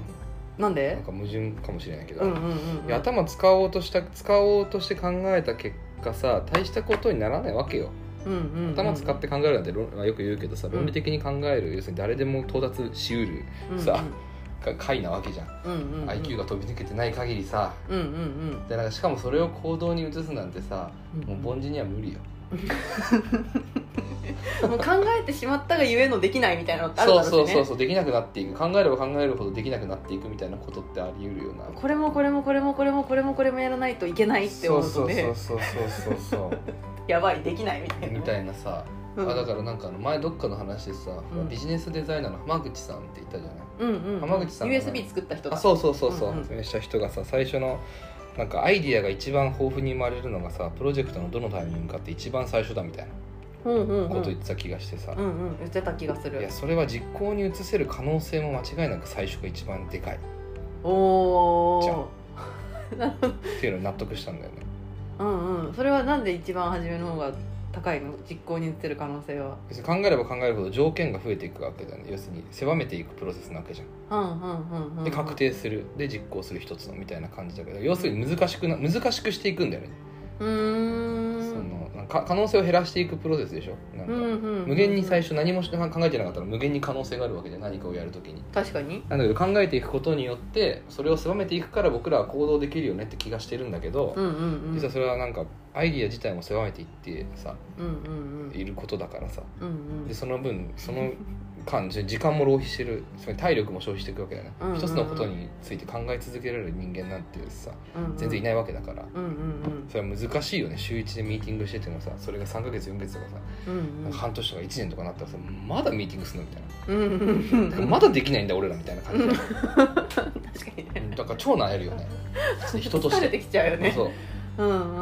[SPEAKER 1] なんで
[SPEAKER 2] なんか矛盾かもしれないけど、
[SPEAKER 1] うんうんうんうん
[SPEAKER 2] いや頭使おうとした使おうとして考えた結果さ大したことにならないわけよ
[SPEAKER 1] うんうんうん
[SPEAKER 2] 頭使って考えるなんて論よく言うけどさ
[SPEAKER 1] ん
[SPEAKER 2] 論理的に考える要するに誰でも到達しうるさが解なわけじゃん、
[SPEAKER 1] うんうんうんうん
[SPEAKER 2] IQ が飛び抜けてない限りさ
[SPEAKER 1] うんうんうん
[SPEAKER 2] でなんかしかもそれを行動に移すなんてさ
[SPEAKER 1] う
[SPEAKER 2] も
[SPEAKER 1] ん
[SPEAKER 2] う凡人には無理よ、
[SPEAKER 1] もう考えてしまったがゆえのできないみたいなのってある
[SPEAKER 2] そ
[SPEAKER 1] だろ
[SPEAKER 2] う
[SPEAKER 1] うしね
[SPEAKER 2] そうそうそうできなくなっていく考えれば考えるほどできなくなっていくみたいなことってあり得るよな
[SPEAKER 1] これもこれもこれもこれもこれもこれもやらないといけないって
[SPEAKER 2] そ
[SPEAKER 1] 思
[SPEAKER 2] う
[SPEAKER 1] う
[SPEAKER 2] そ
[SPEAKER 1] と
[SPEAKER 2] うそ
[SPEAKER 1] ね
[SPEAKER 2] うそうそうそう
[SPEAKER 1] やばいできないみたいな
[SPEAKER 2] みたいなさ
[SPEAKER 1] うん
[SPEAKER 2] あだからなんかあの前どっかの話でさ、ほら
[SPEAKER 1] うん
[SPEAKER 2] ビジネスデザイナーの浜口さんって言ったじゃない
[SPEAKER 1] うんうん
[SPEAKER 2] 浜口さんが
[SPEAKER 1] USB 作った人だ
[SPEAKER 2] あそうそうそうそう、
[SPEAKER 1] うんうん
[SPEAKER 2] 発明した人がさ最初のなんかアイディアが一番豊富に生まれるのがさプロジェクトのどのタイミングかって一番最初だみたいな
[SPEAKER 1] うんうんうん
[SPEAKER 2] こと言っ
[SPEAKER 1] う
[SPEAKER 2] てた気がしてさ、
[SPEAKER 1] んうん言ってた気がす
[SPEAKER 2] い
[SPEAKER 1] る
[SPEAKER 2] やそれは実行に移せる可能性も間違いなく最初が一番でかいっ
[SPEAKER 1] お
[SPEAKER 2] じゃ
[SPEAKER 1] お
[SPEAKER 2] ていうのに納得したんだよね
[SPEAKER 1] うんうんそれはなんで一番初めの方が高いの実行に移ってる可能性は
[SPEAKER 2] 別に考えれば考えるほど条件が増えていくわけだよね要するに狭めていくプロセスなわけじゃん
[SPEAKER 1] うんうんうんうん
[SPEAKER 2] で確定するで実行する一つのみたいな感じだけど要するに難しくな難しくしていくんだよね、
[SPEAKER 1] うーん
[SPEAKER 2] そのなんか可能性を減らしていくプロセスでしょなんか、
[SPEAKER 1] うんうんうんうん
[SPEAKER 2] 無限に最初何もし考えてなかったら無限に可能性があるわけで何かをやるときに
[SPEAKER 1] 確かに
[SPEAKER 2] なんだけど考えていくことによってそれを狭めていくから僕らは行動できるよねって気がしてるんだけど、
[SPEAKER 1] うんうんうん
[SPEAKER 2] 実はそれはなんかアイディア自体も狭めていってさ
[SPEAKER 1] うんうん
[SPEAKER 2] いることだからさ
[SPEAKER 1] うんうん
[SPEAKER 2] でその分その間じ時間も浪費してるつまり体力も消費していくわけだよね、
[SPEAKER 1] うんうんうん
[SPEAKER 2] 一つのことについて考え続けられる人間なんてさ
[SPEAKER 1] うんうん
[SPEAKER 2] 全然いないわけだから、
[SPEAKER 1] うんうんうん
[SPEAKER 2] それは難しいよね週1でミーティングしててもさそれが3ヶ月4ヶ月とかさ
[SPEAKER 1] うんうん
[SPEAKER 2] 半年とか1年とかなったらさまだミーティングするのみたいな
[SPEAKER 1] うんうん
[SPEAKER 2] て
[SPEAKER 1] う
[SPEAKER 2] か
[SPEAKER 1] ん
[SPEAKER 2] まだできないんだ俺らみたいな感じで
[SPEAKER 1] 確かにね
[SPEAKER 2] だから超なえるよね人とし
[SPEAKER 1] 疲 れ
[SPEAKER 2] て
[SPEAKER 1] てきちゃうよね
[SPEAKER 2] そう
[SPEAKER 1] うんうん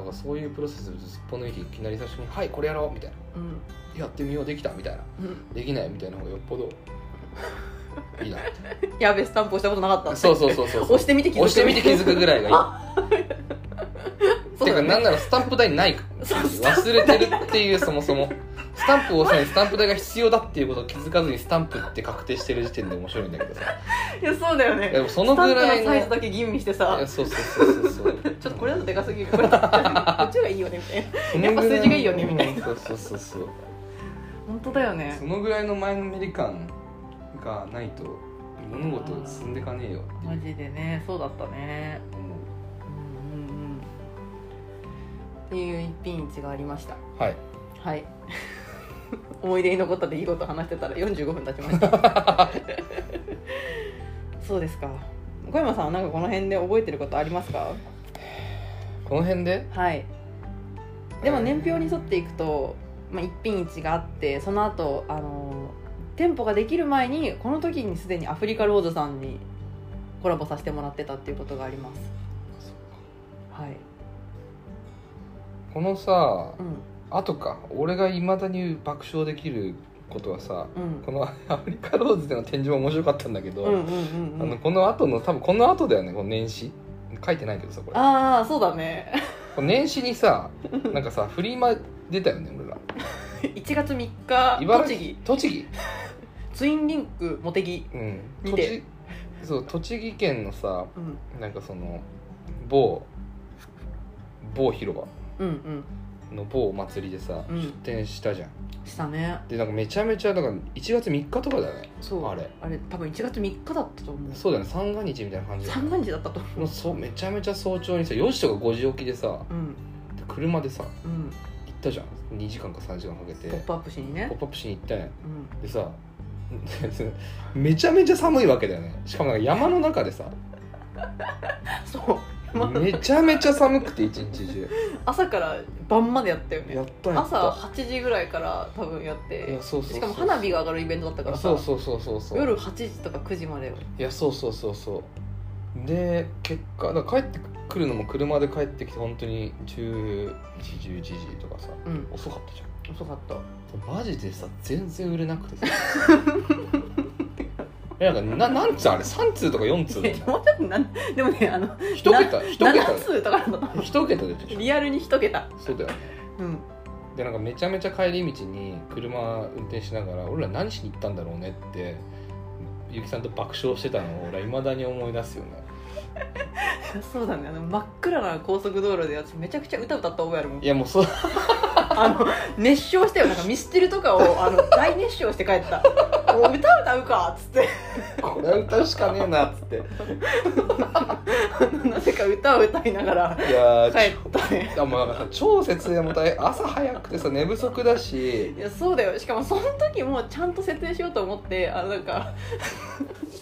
[SPEAKER 2] なんかそういうプロセスをすっぽ抜いていきなり最初に「はいこれやろう」みたいな
[SPEAKER 1] うん
[SPEAKER 2] 「やってみようできた」みたいな
[SPEAKER 1] うん
[SPEAKER 2] 「できない」みたいな方がよっぽど いいなみたい
[SPEAKER 1] やべスタンプ押したことなかった
[SPEAKER 2] なそうそうそうそう
[SPEAKER 1] 押してみて気づく
[SPEAKER 2] 押してみて気づくぐらいがいい
[SPEAKER 1] そうだ
[SPEAKER 2] てか
[SPEAKER 1] ね
[SPEAKER 2] なんならスタンプ台ない
[SPEAKER 1] そう
[SPEAKER 2] 忘れてるっていうそもそもスタンプを押さないスタンプ台が必要だっていうことを気づかずにスタンプって確定してる時点で面白いんだけどさ
[SPEAKER 1] いやそうだよ
[SPEAKER 2] いやで
[SPEAKER 1] ね
[SPEAKER 2] もそのぐらい
[SPEAKER 1] スタンプの
[SPEAKER 2] の
[SPEAKER 1] サイズだけ吟味して
[SPEAKER 2] い
[SPEAKER 1] さ
[SPEAKER 2] やそうそうそうそうそう
[SPEAKER 1] ちょっとこれだとでかすぎるこれだとこっちがいいよねみたいな
[SPEAKER 2] そのぐ
[SPEAKER 1] や
[SPEAKER 2] ら
[SPEAKER 1] っぱ数字がいいよねみたい
[SPEAKER 2] なそうそうそうそう
[SPEAKER 1] 本当だよね
[SPEAKER 2] そのぐらいの前のめり感がないと物事進んでかねえよって
[SPEAKER 1] マ
[SPEAKER 2] いう
[SPEAKER 1] ジでねそうだったね
[SPEAKER 2] 思う
[SPEAKER 1] うんうんうんっていう一品一がありました
[SPEAKER 2] はい
[SPEAKER 1] はい思い出に残った出来事話してたら45分経ちました そうですか小山さんはなんかこの辺で覚えてることありますか
[SPEAKER 2] この辺で
[SPEAKER 1] はいでも年表に沿っていくと、まあ、一品一があってその後あの店舗ができる前にこの時にすでにアフリカローズさんにコラボさせてもらってたっていうことがありますはい、
[SPEAKER 2] このさ
[SPEAKER 1] うん
[SPEAKER 2] あとか俺がいまだに爆笑できることはさ
[SPEAKER 1] うん、
[SPEAKER 2] この アフリカローズでの展示も面白かったんだけど、
[SPEAKER 1] うんうんうん
[SPEAKER 2] あ
[SPEAKER 1] う
[SPEAKER 2] の
[SPEAKER 1] ん
[SPEAKER 2] この後の多分この後だよねこの年始書いてないけどさこれ
[SPEAKER 1] ああそうだね
[SPEAKER 2] この年始に さなんかさフリマ出たよね俺ら
[SPEAKER 1] 1月3日
[SPEAKER 2] 茨
[SPEAKER 1] 栃
[SPEAKER 2] 城
[SPEAKER 1] 木
[SPEAKER 2] 栃木
[SPEAKER 1] ツインリンク茂木
[SPEAKER 2] うん
[SPEAKER 1] 見て
[SPEAKER 2] 栃そう栃木県のさ
[SPEAKER 1] うん
[SPEAKER 2] なんかその某某広場
[SPEAKER 1] うんうん
[SPEAKER 2] の某お祭りでさ、
[SPEAKER 1] うん
[SPEAKER 2] 出店したじゃん
[SPEAKER 1] したね
[SPEAKER 2] でなんかめちゃめちゃだから1月3日とかだよね
[SPEAKER 1] そう
[SPEAKER 2] あれ
[SPEAKER 1] あれ多分1月3日だったと思う
[SPEAKER 2] そうだよね三が日みたいな感じだよね
[SPEAKER 1] 三が日だったと思
[SPEAKER 2] もうそうめちゃめちゃ早朝にさ4時とか5時起きでさ
[SPEAKER 1] ううん
[SPEAKER 2] で車でさ
[SPEAKER 1] う
[SPEAKER 2] 行
[SPEAKER 1] ん
[SPEAKER 2] ったじゃん2時間か3時間かけて
[SPEAKER 1] ポップアップしにね
[SPEAKER 2] ポップアップしに行ったやん
[SPEAKER 1] うん
[SPEAKER 2] でさ めちゃめちゃ寒いわけだよねしかもなんか山の中でさ
[SPEAKER 1] そう、ま
[SPEAKER 2] めちゃめちゃ寒くて一日中
[SPEAKER 1] 朝から晩までやったよね
[SPEAKER 2] やったやった
[SPEAKER 1] 朝8時ぐらいから多分やって
[SPEAKER 2] いやそうそうそう
[SPEAKER 1] しかも花火が上がるイベントだったからさ
[SPEAKER 2] そうそうそうそうそう
[SPEAKER 1] 夜8時とか9時までよ
[SPEAKER 2] いやそうそうそうそうで結果だから帰ってくるのも車で帰ってきて本当に11時11時とかさ
[SPEAKER 1] うん
[SPEAKER 2] 遅かったじゃん
[SPEAKER 1] 遅か った
[SPEAKER 2] マジでさ全然売れなくてさ えなんかな何通あれ3通とか4通だ
[SPEAKER 1] え
[SPEAKER 2] よ
[SPEAKER 1] もうちょっとなんでもねあの
[SPEAKER 2] 1桁1桁
[SPEAKER 1] 7通とかだった
[SPEAKER 2] 1桁でしょ
[SPEAKER 1] リアルに1桁
[SPEAKER 2] そうだよね
[SPEAKER 1] うん
[SPEAKER 2] でなんかめちゃめちゃ帰り道に車運転しながら俺ら何しに行ったんだろうねってゆきさんと爆笑してたのを俺いまだに思い出すよね
[SPEAKER 1] そうだねあの真っ暗な高速道路で私めちゃくちゃ歌歌った覚えあるもん
[SPEAKER 2] いやもうそう
[SPEAKER 1] あの熱唱してよなんかミスチルとかをあの大熱唱して帰 った「もう歌歌うか」っつって
[SPEAKER 2] これは歌うしかねえなっつってい
[SPEAKER 1] あのなぜか歌を歌いながら
[SPEAKER 2] やー
[SPEAKER 1] 帰ったね
[SPEAKER 2] ちょもうなんかさ超節電も大変朝早くてさ寝不足だし
[SPEAKER 1] いやそうだよしかもその時もちゃんと設定しようと思ってあのなんか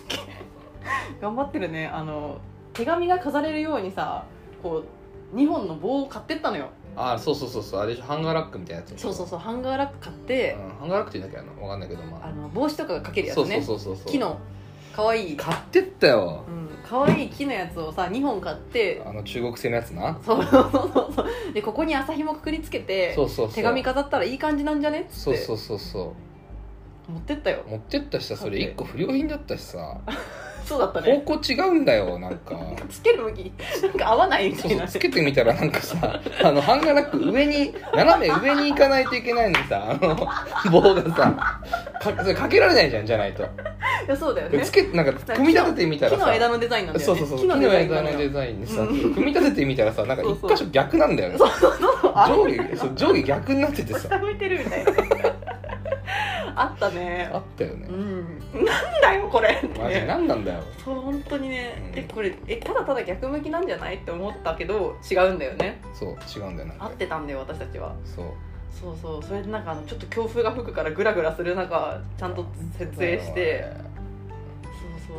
[SPEAKER 1] 頑張ってるねあの手紙が飾れるようにさこう2本の棒を買ってったのよ
[SPEAKER 2] ああそうそうそうそうあれでしょハンガーラックみたいなやつ
[SPEAKER 1] そうそう
[SPEAKER 2] う、
[SPEAKER 1] そうハンガーラック買って
[SPEAKER 2] ん、ハンガーラックって言うんだっけあのわかんないけどまあ
[SPEAKER 1] あの帽子とかがかけるやつ
[SPEAKER 2] そうそ
[SPEAKER 1] ね
[SPEAKER 2] うそうそうそう
[SPEAKER 1] 木のかわいい
[SPEAKER 2] 買ってったよ
[SPEAKER 1] うん、可愛い木のやつをさ2本買って
[SPEAKER 2] あの中国製のやつな
[SPEAKER 1] そうそうそうそうでここに朝ひもくくりつけて
[SPEAKER 2] そうそうそう
[SPEAKER 1] 手紙飾ったらいい感じなんじゃねっつ
[SPEAKER 2] そ
[SPEAKER 1] っ
[SPEAKER 2] う
[SPEAKER 1] て
[SPEAKER 2] そうそうそ
[SPEAKER 1] 持ってったよ
[SPEAKER 2] う持ってったしさそれ1個不良品だったしさ
[SPEAKER 1] そうだった
[SPEAKER 2] 方
[SPEAKER 1] ね
[SPEAKER 2] 向違うんだよなんか
[SPEAKER 1] つける向きなんか合わないみた
[SPEAKER 2] そう
[SPEAKER 1] い
[SPEAKER 2] そ
[SPEAKER 1] な
[SPEAKER 2] う
[SPEAKER 1] ね
[SPEAKER 2] つけてみたらなんかさあのハンガーラック上に斜め上に行かないといけないのにさあの棒がさかそれかけられないじゃんじゃないと
[SPEAKER 1] いやそうだよね
[SPEAKER 2] つけなんか組み立ててみたら
[SPEAKER 1] 木の枝
[SPEAKER 2] さ
[SPEAKER 1] のデザインなんだ
[SPEAKER 2] そ
[SPEAKER 1] よ
[SPEAKER 2] う
[SPEAKER 1] ね
[SPEAKER 2] そうそ
[SPEAKER 1] 木
[SPEAKER 2] う木
[SPEAKER 1] の
[SPEAKER 2] の
[SPEAKER 1] デザイン
[SPEAKER 2] 枝
[SPEAKER 1] なの
[SPEAKER 2] のデ
[SPEAKER 1] よ
[SPEAKER 2] ザインにさ
[SPEAKER 1] うん
[SPEAKER 2] 組み立ててみたらさなんか一箇所逆なんだよね
[SPEAKER 1] そうそうそうあ
[SPEAKER 2] 上
[SPEAKER 1] れ
[SPEAKER 2] 下そう上下逆になっててさ
[SPEAKER 1] 下向いてるみたいなあったね
[SPEAKER 2] あったよね
[SPEAKER 1] うんなんだよこれって
[SPEAKER 2] マジ
[SPEAKER 1] ね
[SPEAKER 2] 何なんだよ
[SPEAKER 1] そう本当にね、
[SPEAKER 2] うん
[SPEAKER 1] えこれえただただ逆向きなんじゃないって思ったけど違うんだよね
[SPEAKER 2] そう違うんだよなん
[SPEAKER 1] 合
[SPEAKER 2] か
[SPEAKER 1] ってたんだよ私たちは
[SPEAKER 2] そう
[SPEAKER 1] そうそうそれでなんかあのちょっと強風が吹くからグラグラする中ちゃんと設営してそうそうそ
[SPEAKER 2] いや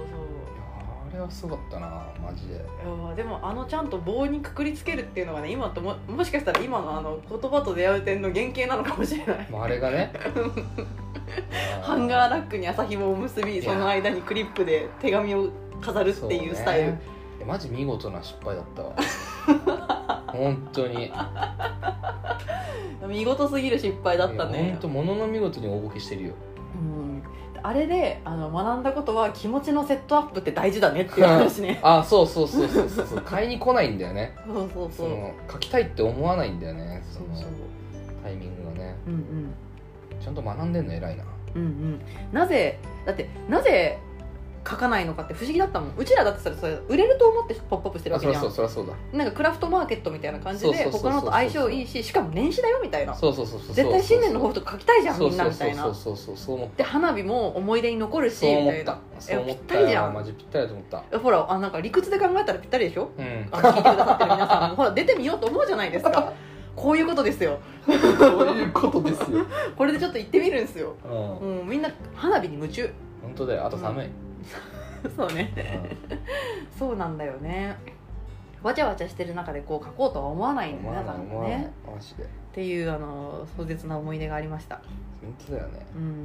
[SPEAKER 2] あれはすごかったなマジで
[SPEAKER 1] ういやーでもあのちゃんと棒にくくりつけるっていうのがね今とももしかしたら今のあの言葉と出会う点の原型なのかもしれない
[SPEAKER 2] まあ、あれがね
[SPEAKER 1] ハンガーラックに朝ひもを結びその間にクリップで手紙を飾るっていうスタイル、
[SPEAKER 2] そうねいやマジ見事な失敗だったわ 本当に
[SPEAKER 1] 見事すぎる失敗だった
[SPEAKER 2] いや
[SPEAKER 1] ね
[SPEAKER 2] 本当ものの見事に大ボケしてるよ
[SPEAKER 1] うんあれであの学んだことは気持ちのセットアップって大事だねっていう話 ね
[SPEAKER 2] あそうそうそうそうそ うそう買いに来ないんだよね
[SPEAKER 1] そうそうそ
[SPEAKER 2] そうの書きたいって思わないんだよねそ
[SPEAKER 1] そう
[SPEAKER 2] の
[SPEAKER 1] そう
[SPEAKER 2] タイミングがね
[SPEAKER 1] うんうん
[SPEAKER 2] ちゃんと学んでんの偉いな
[SPEAKER 1] うんうん、なぜだってなぜ書かないのかって不思議だったもんうちらだってさそれ売れると思ってポップアップしてる
[SPEAKER 2] あ
[SPEAKER 1] わ
[SPEAKER 2] そ
[SPEAKER 1] け
[SPEAKER 2] り
[SPEAKER 1] じ
[SPEAKER 2] ゃ
[SPEAKER 1] ゃ
[SPEAKER 2] そうそりゃそう
[SPEAKER 1] んなんかクラフトマーケットみたいな感じ
[SPEAKER 2] そうそ
[SPEAKER 1] で
[SPEAKER 2] うそうそう
[SPEAKER 1] 他のと相性いいししかも年始だよみたいな
[SPEAKER 2] だそうそうそうそう
[SPEAKER 1] 絶対新年の抱負とか書きたいじゃん
[SPEAKER 2] そ
[SPEAKER 1] み
[SPEAKER 2] うんそ
[SPEAKER 1] な
[SPEAKER 2] う
[SPEAKER 1] み
[SPEAKER 2] そ
[SPEAKER 1] た
[SPEAKER 2] う
[SPEAKER 1] い
[SPEAKER 2] そ
[SPEAKER 1] な
[SPEAKER 2] うそうそうそう思っ
[SPEAKER 1] で花火も思い出に残るし
[SPEAKER 2] そう
[SPEAKER 1] み
[SPEAKER 2] 思
[SPEAKER 1] た
[SPEAKER 2] っ
[SPEAKER 1] い
[SPEAKER 2] た
[SPEAKER 1] な
[SPEAKER 2] そう思
[SPEAKER 1] え
[SPEAKER 2] っ
[SPEAKER 1] ぴった
[SPEAKER 2] た
[SPEAKER 1] りじゃん
[SPEAKER 2] マジぴったりだと思った
[SPEAKER 1] ほらあなんか理屈で考えたらぴったりでしょ
[SPEAKER 2] うん
[SPEAKER 1] あの聞いてくださってる皆さんもほら出てみようと思うじゃないですかこういうことですよ
[SPEAKER 2] そういうことですよ、うん、
[SPEAKER 1] これでちょっと行ってみるんですよ
[SPEAKER 2] 本
[SPEAKER 1] もうみんな花火に夢中
[SPEAKER 2] 当だよあと寒い、
[SPEAKER 1] そうねそうなんだよねわちゃわちゃしてる中でこう書こうとは思わないんだ
[SPEAKER 2] 思
[SPEAKER 1] よね
[SPEAKER 2] わない
[SPEAKER 1] 多
[SPEAKER 2] 思
[SPEAKER 1] 分
[SPEAKER 2] わない
[SPEAKER 1] ね
[SPEAKER 2] マジで
[SPEAKER 1] っていうあの壮絶な思い出がありました
[SPEAKER 2] 本当だよね
[SPEAKER 1] うん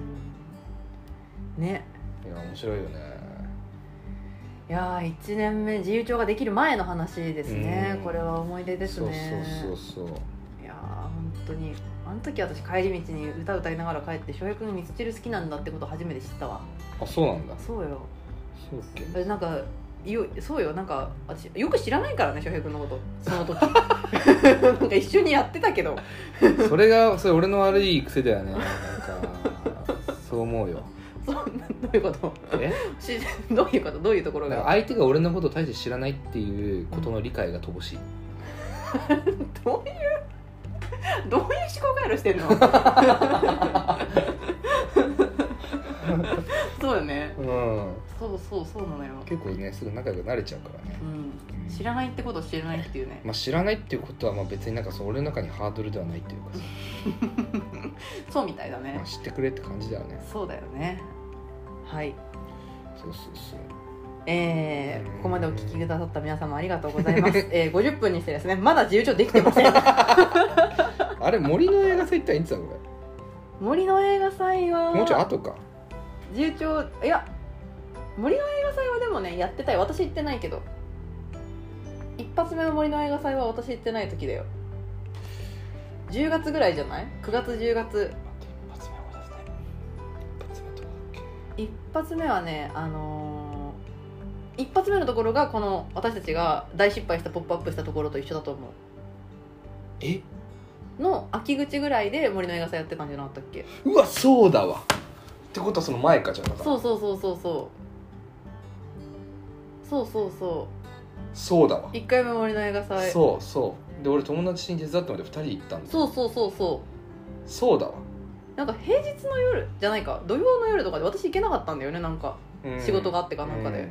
[SPEAKER 1] ね
[SPEAKER 2] いや面白いよね
[SPEAKER 1] いやー1年目自由帳ができる前の話ですね
[SPEAKER 2] うん
[SPEAKER 1] これは思い出ですね
[SPEAKER 2] そうそうそうそう
[SPEAKER 1] いやー本当にあの時私帰り道に歌歌いながら帰って翔平君ミスチル好きなんだってこと初めて知ったわ
[SPEAKER 2] あそうなんだ
[SPEAKER 1] そうよ
[SPEAKER 2] そうっけ
[SPEAKER 1] えなんかよそうよなんか私よく知らないからね翔平君のことその 時なんか一緒にやってたけど
[SPEAKER 2] それがそれ俺の悪い癖だよねなんかそう思うよ
[SPEAKER 1] そうなどういうこと
[SPEAKER 2] え
[SPEAKER 1] しどういうことどういうところ
[SPEAKER 2] なんか
[SPEAKER 1] が
[SPEAKER 2] 相手が俺のことを大して知らないっていうことの理解が乏しい
[SPEAKER 1] どういうどういう思考回路してんのそうよね
[SPEAKER 2] うん
[SPEAKER 1] そうそうそうなのよ、
[SPEAKER 2] 結構ねすぐ仲良くなれちゃうからね
[SPEAKER 1] うん、知らないってことを知らないっていうね
[SPEAKER 2] まあ知らないっていうことはまあ別になんかそう俺の中にハードルではないっていうかさ、
[SPEAKER 1] そうみたいだ
[SPEAKER 2] ま
[SPEAKER 1] ね
[SPEAKER 2] あ、知ってくれって感じだよね
[SPEAKER 1] そうだよねはい
[SPEAKER 2] そうそうそう
[SPEAKER 1] えー、ここまでお聞きくださった皆様ありがとうござい ます、えー、50分にしてですねまだ自由帳できてません
[SPEAKER 2] あれ森の映画祭っていつだこ
[SPEAKER 1] 森の映画祭は
[SPEAKER 2] れもうちょい後か
[SPEAKER 1] 自由帳いや森の映画祭はでもねやってたよ私行ってないけど一発目の森の映画祭は私行ってない時だよ10月ぐらいじゃない9月10月
[SPEAKER 2] 一発目はですね一発目どうだっけ
[SPEAKER 1] 一発目はねあのー一発目のところがこの私たちが大失敗した「ポップアップしたところと一緒だと思
[SPEAKER 2] え
[SPEAKER 1] うの秋口ぐらいで森の映画祭やってたんじゃなかったっけ
[SPEAKER 2] うわそうだわってことはその前かじゃなかった
[SPEAKER 1] そうそうそうそうそうそうそうそ
[SPEAKER 2] そうだわ
[SPEAKER 1] う1回目森の映画祭
[SPEAKER 2] そうそうで俺友達に手伝ってもらって2人行ったんだ
[SPEAKER 1] そうそうそうそう
[SPEAKER 2] そうだわ
[SPEAKER 1] なんか平日の夜じゃないか土曜の夜とかで私行けなかったんだよねなんか
[SPEAKER 2] うん
[SPEAKER 1] 仕事があってかなんかで
[SPEAKER 2] う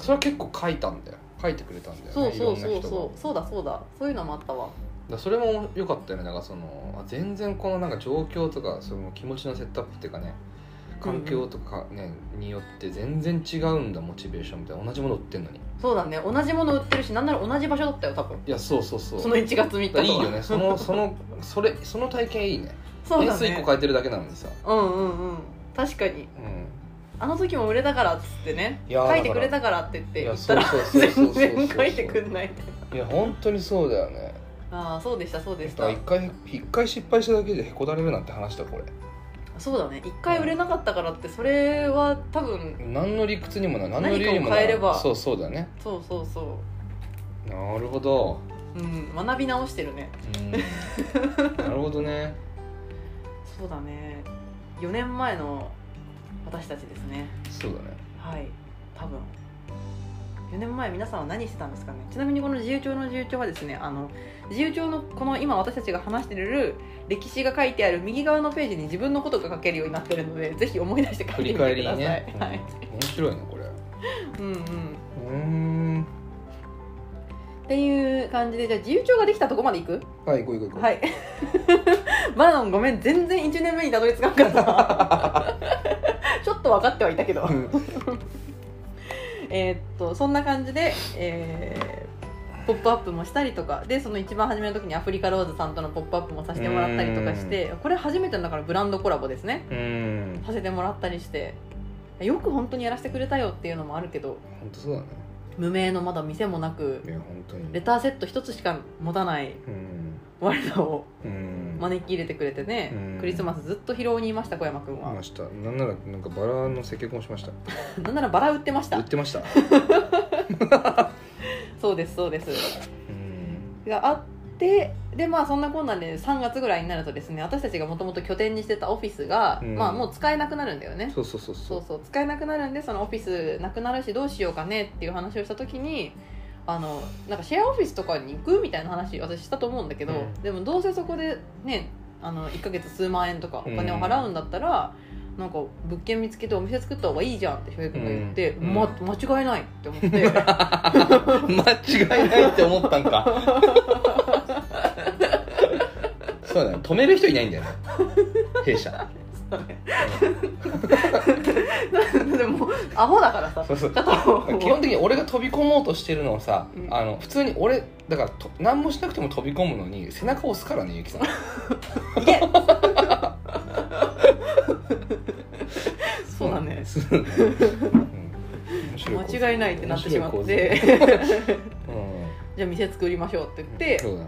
[SPEAKER 2] それは結構書いたんだよ書いてくれたんだよ、ね、
[SPEAKER 1] そうそう
[SPEAKER 2] い
[SPEAKER 1] そ
[SPEAKER 2] ろん
[SPEAKER 1] う
[SPEAKER 2] な人がだか
[SPEAKER 1] そうそうだそうだそういうのもあったわ
[SPEAKER 2] らそれも良かったよねなんかそのあ全然このなんか状況とかその気持ちのセットアップっていうかね環境とかね、によって全然違うんだモチベーションみたいな同じもの売ってんのに
[SPEAKER 1] そうだね同じもの売ってるしなんなら同じ場所だったよ多分
[SPEAKER 2] いやそうそうそう
[SPEAKER 1] その1月3日とか
[SPEAKER 2] だか
[SPEAKER 1] ら
[SPEAKER 2] いいよねそ のそのそれその体験いいね
[SPEAKER 1] そう
[SPEAKER 2] 年
[SPEAKER 1] だ
[SPEAKER 2] 数1
[SPEAKER 1] ね
[SPEAKER 2] 個変えてるだけなのにさ、
[SPEAKER 1] うんうんうん確かに
[SPEAKER 2] うん、
[SPEAKER 1] あの時も売れたからっつってね
[SPEAKER 2] いやー
[SPEAKER 1] 書いてくれたからって言っ
[SPEAKER 2] い
[SPEAKER 1] て
[SPEAKER 2] や
[SPEAKER 1] 言ったら
[SPEAKER 2] そうそうそうそうそ
[SPEAKER 1] 全
[SPEAKER 2] うそう
[SPEAKER 1] 然書いてくんないみたい
[SPEAKER 2] いや本当にそうだよね
[SPEAKER 1] なああそうでしたそうで
[SPEAKER 2] だ
[SPEAKER 1] し
[SPEAKER 2] から
[SPEAKER 1] た
[SPEAKER 2] 一回一回失敗しただけでへこたれるなんて話だこれ
[SPEAKER 1] そうだね1回売れなかったからってそれは多分
[SPEAKER 2] 何の理屈にもな何の理由に
[SPEAKER 1] 何か
[SPEAKER 2] も
[SPEAKER 1] を
[SPEAKER 2] な
[SPEAKER 1] 変えれば
[SPEAKER 2] そうそうだね
[SPEAKER 1] そうそうそ
[SPEAKER 2] なるほど、
[SPEAKER 1] ううん学び直してるね
[SPEAKER 2] うん、なるほどね
[SPEAKER 1] そうだね4年前の私たちですね
[SPEAKER 2] そうだね
[SPEAKER 1] はい多分4年前皆さんは何してたんですかねちなみにこの自由帳の自由帳はですねあの自由帳のこの今私たちが話してる歴史が書いてある右側のページに自分のことが書けるようになってるのでぜひ思い出して書
[SPEAKER 2] 振
[SPEAKER 1] いて
[SPEAKER 2] り
[SPEAKER 1] みて
[SPEAKER 2] 返
[SPEAKER 1] く
[SPEAKER 2] り
[SPEAKER 1] ださい、
[SPEAKER 2] ね、
[SPEAKER 1] はい、
[SPEAKER 2] うん面白いねこれ
[SPEAKER 1] うんうん
[SPEAKER 2] うーん
[SPEAKER 1] っていう感じでじゃあ自由帳ができたとこまでいく
[SPEAKER 2] はい行こう行こう行こう、
[SPEAKER 1] はい マラノンごめん全然1年目にたどり着かんかった なちょっと分かってはいたけど
[SPEAKER 2] うん
[SPEAKER 1] えーっとそんな感じで、えーポップアップもしたりとかでその一番初めの時にアフリカローズさんとのポップアップもさせてもらったりとかしてこれ初めてのだからブランドコラボですね
[SPEAKER 2] うん
[SPEAKER 1] させてもらったりしてよく本当にやらせてくれたよっていうのもあるけど
[SPEAKER 2] 本当そうだね
[SPEAKER 1] 無名のまだ店もなく
[SPEAKER 2] いや本当に
[SPEAKER 1] レターセット一つしか持たない
[SPEAKER 2] うん
[SPEAKER 1] 我らを
[SPEAKER 2] うん
[SPEAKER 1] 招き入れてくれてね、
[SPEAKER 2] うん
[SPEAKER 1] クリスマスずっと疲労にいました小山君は
[SPEAKER 2] ま、したなんならなんかバラの接客もしまし た
[SPEAKER 1] なんならバラ売ってまし
[SPEAKER 2] 売ったてました
[SPEAKER 1] そうですそうです
[SPEAKER 2] うん
[SPEAKER 1] があってででまあそんなこんなんで3月ぐらいになるとですね私たちがもともと拠点にしてたオフィスが、
[SPEAKER 2] うん
[SPEAKER 1] まあもう使えなくなるんだよね
[SPEAKER 2] そうそうそうそ
[SPEAKER 1] そううそう使えなくなるんでそのオフィスなくなるしどうしようかねっていう話をした時にあのなんかシェアオフィスとかに行くみたいな話私したと思うんだけど、
[SPEAKER 2] うん
[SPEAKER 1] でもどうせそこでねあの1ヶ月数万円とかお金を払うんだったら、なんか物件見つけてお店作った方がいいじゃんって翔平君が言って、
[SPEAKER 2] うん
[SPEAKER 1] ま、間違いないって思って
[SPEAKER 2] 間違いないって思ったんか そうだね止める人いないんだよね弊社
[SPEAKER 1] でもアホだからさ
[SPEAKER 2] そうそう
[SPEAKER 1] ちょっ と
[SPEAKER 2] 基本的に俺が飛び込もうとしてるのをさ、
[SPEAKER 1] うん
[SPEAKER 2] あの普通に俺だからと何もしなくても飛び込むのに背中押すからねゆきさん
[SPEAKER 1] いけ そうだね
[SPEAKER 2] そ うだねうん面白子
[SPEAKER 1] 間違いないってなってしまっ
[SPEAKER 2] 面白い子
[SPEAKER 1] て
[SPEAKER 2] うん
[SPEAKER 1] じゃあ店作りましょうって言って、
[SPEAKER 2] そ うだ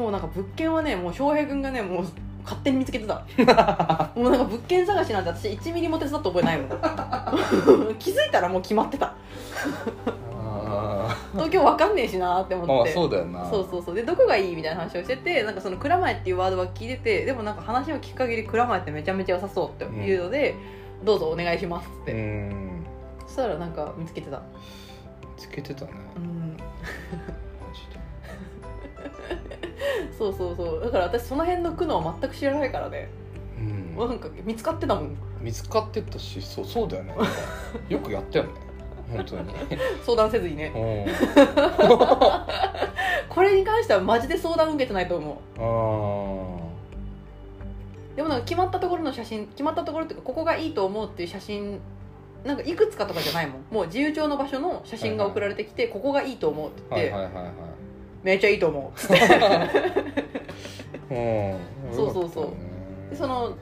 [SPEAKER 1] もうなんか物件はねもう翔平君がねもう勝手に見つけて たもうなんか物件探しなんて私1ミリも手伝った覚えないもん 気づいたらもう決まってた
[SPEAKER 2] あ
[SPEAKER 1] 東京わかんねえしなーって思っ
[SPEAKER 2] ーまあ
[SPEAKER 1] て、
[SPEAKER 2] そうだよな
[SPEAKER 1] そうそうそうでどこがいいみたいな話をしててなんかその蔵前っていうワードは聞いててでもなんか話を聞く限り蔵前ってめちゃめちゃ良さそうっていうので、どうぞお願いしますって、
[SPEAKER 2] うん
[SPEAKER 1] そしたらなんか見つけてた
[SPEAKER 2] つけてたね
[SPEAKER 1] うん
[SPEAKER 2] マジで
[SPEAKER 1] そうそうそうだから私その辺の苦悩は全く知らないからね、
[SPEAKER 2] うん
[SPEAKER 1] もうなんか見つかってたもん
[SPEAKER 2] 見つかってったしそうそうだよねなんかよくやったよ ね本当に
[SPEAKER 1] 相談せずにね
[SPEAKER 2] うん
[SPEAKER 1] これに関してはマジで相談受けてないと思
[SPEAKER 2] あ
[SPEAKER 1] う
[SPEAKER 2] ー
[SPEAKER 1] でもなんか決まったところの写真決まったところっていうかここがいいと思うっていう写真なんかいくつかとかじゃないもんもう自由帳の場所の写真が送られてきて、ここがいいと思うって言っ
[SPEAKER 2] は
[SPEAKER 1] て、
[SPEAKER 2] いはいはいはい
[SPEAKER 1] めっちゃいいと思う
[SPEAKER 2] うん
[SPEAKER 1] そうそうそう
[SPEAKER 2] よかったよね
[SPEAKER 1] でその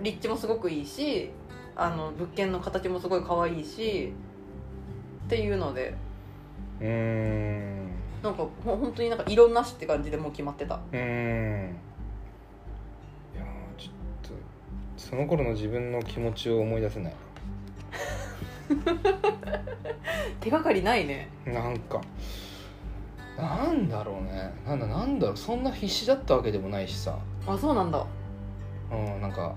[SPEAKER 1] 立地もすごくいいしあの物件の形もすごい可愛いしっていうので
[SPEAKER 2] うーん
[SPEAKER 1] なんかほ本当になんか色なしって感じでもう決まってた
[SPEAKER 2] うーんいやーちょっとその頃の自分の気持ちを思い出せない
[SPEAKER 1] 手がかりないね
[SPEAKER 2] なんかなんだろうねなんだなんだろうそんな必死だったわけでもないしさ
[SPEAKER 1] あそうなんだ
[SPEAKER 2] うんなんか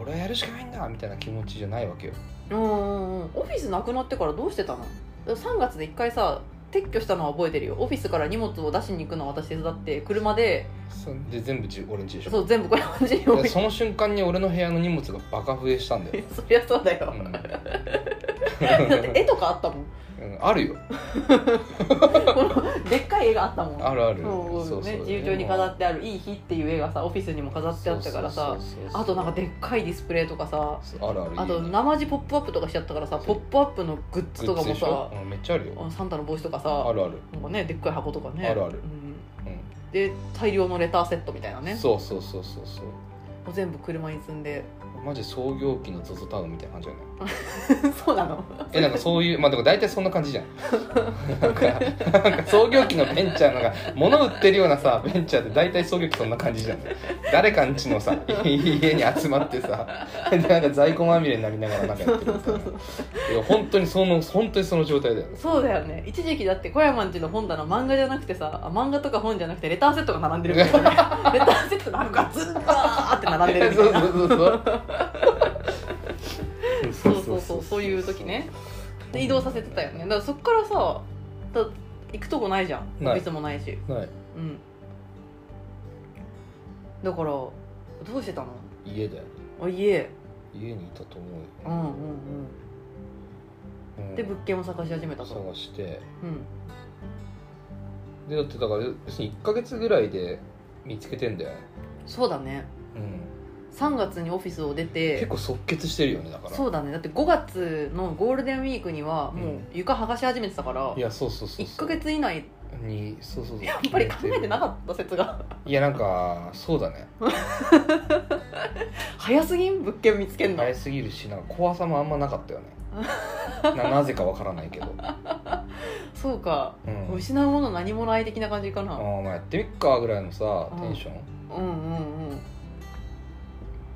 [SPEAKER 2] 俺はやるしかないんだみたいな気持ちじゃないわけよ
[SPEAKER 1] うんうんうんオフィスなくなってからどうしてたの3月で1回さ撤去したのは覚えてるよオフィスから荷物を出しに行くのは私手伝って車で
[SPEAKER 2] そで全部じ俺んちでしょ
[SPEAKER 1] そう全部これ感じに置
[SPEAKER 2] で
[SPEAKER 1] いて
[SPEAKER 2] その瞬間に俺の部屋の荷物がバカ増えしたん だよ、
[SPEAKER 1] そりゃそうだよ、
[SPEAKER 2] うん
[SPEAKER 1] だって絵とかあったもん
[SPEAKER 2] うんあるよ
[SPEAKER 1] このでっかい絵があったもん
[SPEAKER 2] あるある
[SPEAKER 1] そうね自由帳に飾ってある「いい日」っていう絵がさオフィスにも飾ってあったからさ
[SPEAKER 2] そうそうそうそう
[SPEAKER 1] あとなんかでっかいディスプレイとかさ
[SPEAKER 2] あるある
[SPEAKER 1] あと
[SPEAKER 2] いいね
[SPEAKER 1] 生地ポップアップとかしちゃったからさポップアップのグッズとか
[SPEAKER 2] グッ
[SPEAKER 1] も
[SPEAKER 2] ズでしょ
[SPEAKER 1] さ
[SPEAKER 2] うんめっちゃあるよ
[SPEAKER 1] サンタの帽子とか
[SPEAKER 2] あ
[SPEAKER 1] さ
[SPEAKER 2] るある
[SPEAKER 1] なんかねでっかい箱とかね
[SPEAKER 2] あるある
[SPEAKER 1] うん
[SPEAKER 2] う
[SPEAKER 1] で大量のレターセットみたいなんね
[SPEAKER 2] そうそうそうそうそう
[SPEAKER 1] を全部車に積んで
[SPEAKER 2] マジ創業期の ZOZO タウンみたいな感じだよね
[SPEAKER 1] そうなの
[SPEAKER 2] えなんかそういうまあでも大体そんな感じじゃんなんかなんか創業期のベンチャーなんか物売ってるようなさベンチャーって大体創業期そんな感じじゃん誰かんちのさい家に集まってさでなんか在庫まみれになりながらなんかやってるみたいないや本当にその本当にその状態だよね
[SPEAKER 1] そうだよね一時期だって小山んちの本棚漫画じゃなくてさあ漫画とか本じゃなくてレターセットが並んでるみたいな レターセットの箱がずっとーって並んでるみた
[SPEAKER 2] そ
[SPEAKER 1] いう
[SPEAKER 2] そ
[SPEAKER 1] な
[SPEAKER 2] うそうそう
[SPEAKER 1] そうそうそうそういう時ねで移動させてたよねだからそっからさだ行くとこないじゃんオフ
[SPEAKER 2] ない
[SPEAKER 1] ィスもないし
[SPEAKER 2] はい
[SPEAKER 1] うんだからどうしてたの
[SPEAKER 2] 家だよ
[SPEAKER 1] あ家
[SPEAKER 2] 家にいたと思
[SPEAKER 1] う
[SPEAKER 2] うよ
[SPEAKER 1] んうんう
[SPEAKER 2] うん
[SPEAKER 1] んで物件を探し始めたと
[SPEAKER 2] 探して
[SPEAKER 1] うん
[SPEAKER 2] でだってだから別に1か月ぐらいで見つけてんだよね
[SPEAKER 1] そうだね
[SPEAKER 2] うん
[SPEAKER 1] 3月にオフィスを出て
[SPEAKER 2] 結構即決してるよねだから
[SPEAKER 1] そうだねだって5月のゴールデンウィークにはもう
[SPEAKER 2] うん
[SPEAKER 1] 床剥がし始めてたから、
[SPEAKER 2] いやそうそうそう
[SPEAKER 1] 1
[SPEAKER 2] そ
[SPEAKER 1] ヶ
[SPEAKER 2] う
[SPEAKER 1] 月以内
[SPEAKER 2] にそうそうそう
[SPEAKER 1] やっぱり考えてなかった説が
[SPEAKER 2] いやなんかそうだね
[SPEAKER 1] 早すぎん物件見つけんの、
[SPEAKER 2] 早すぎるしなんか怖さもあんまなかったよね ななぜかわからないけど、
[SPEAKER 1] そうか、
[SPEAKER 2] うん、
[SPEAKER 1] 失うもの何もない的な感じか
[SPEAKER 2] あ
[SPEAKER 1] な、
[SPEAKER 2] ーまあやってみっかぐらいのさ
[SPEAKER 1] うん
[SPEAKER 2] テンション
[SPEAKER 1] うん、うんうん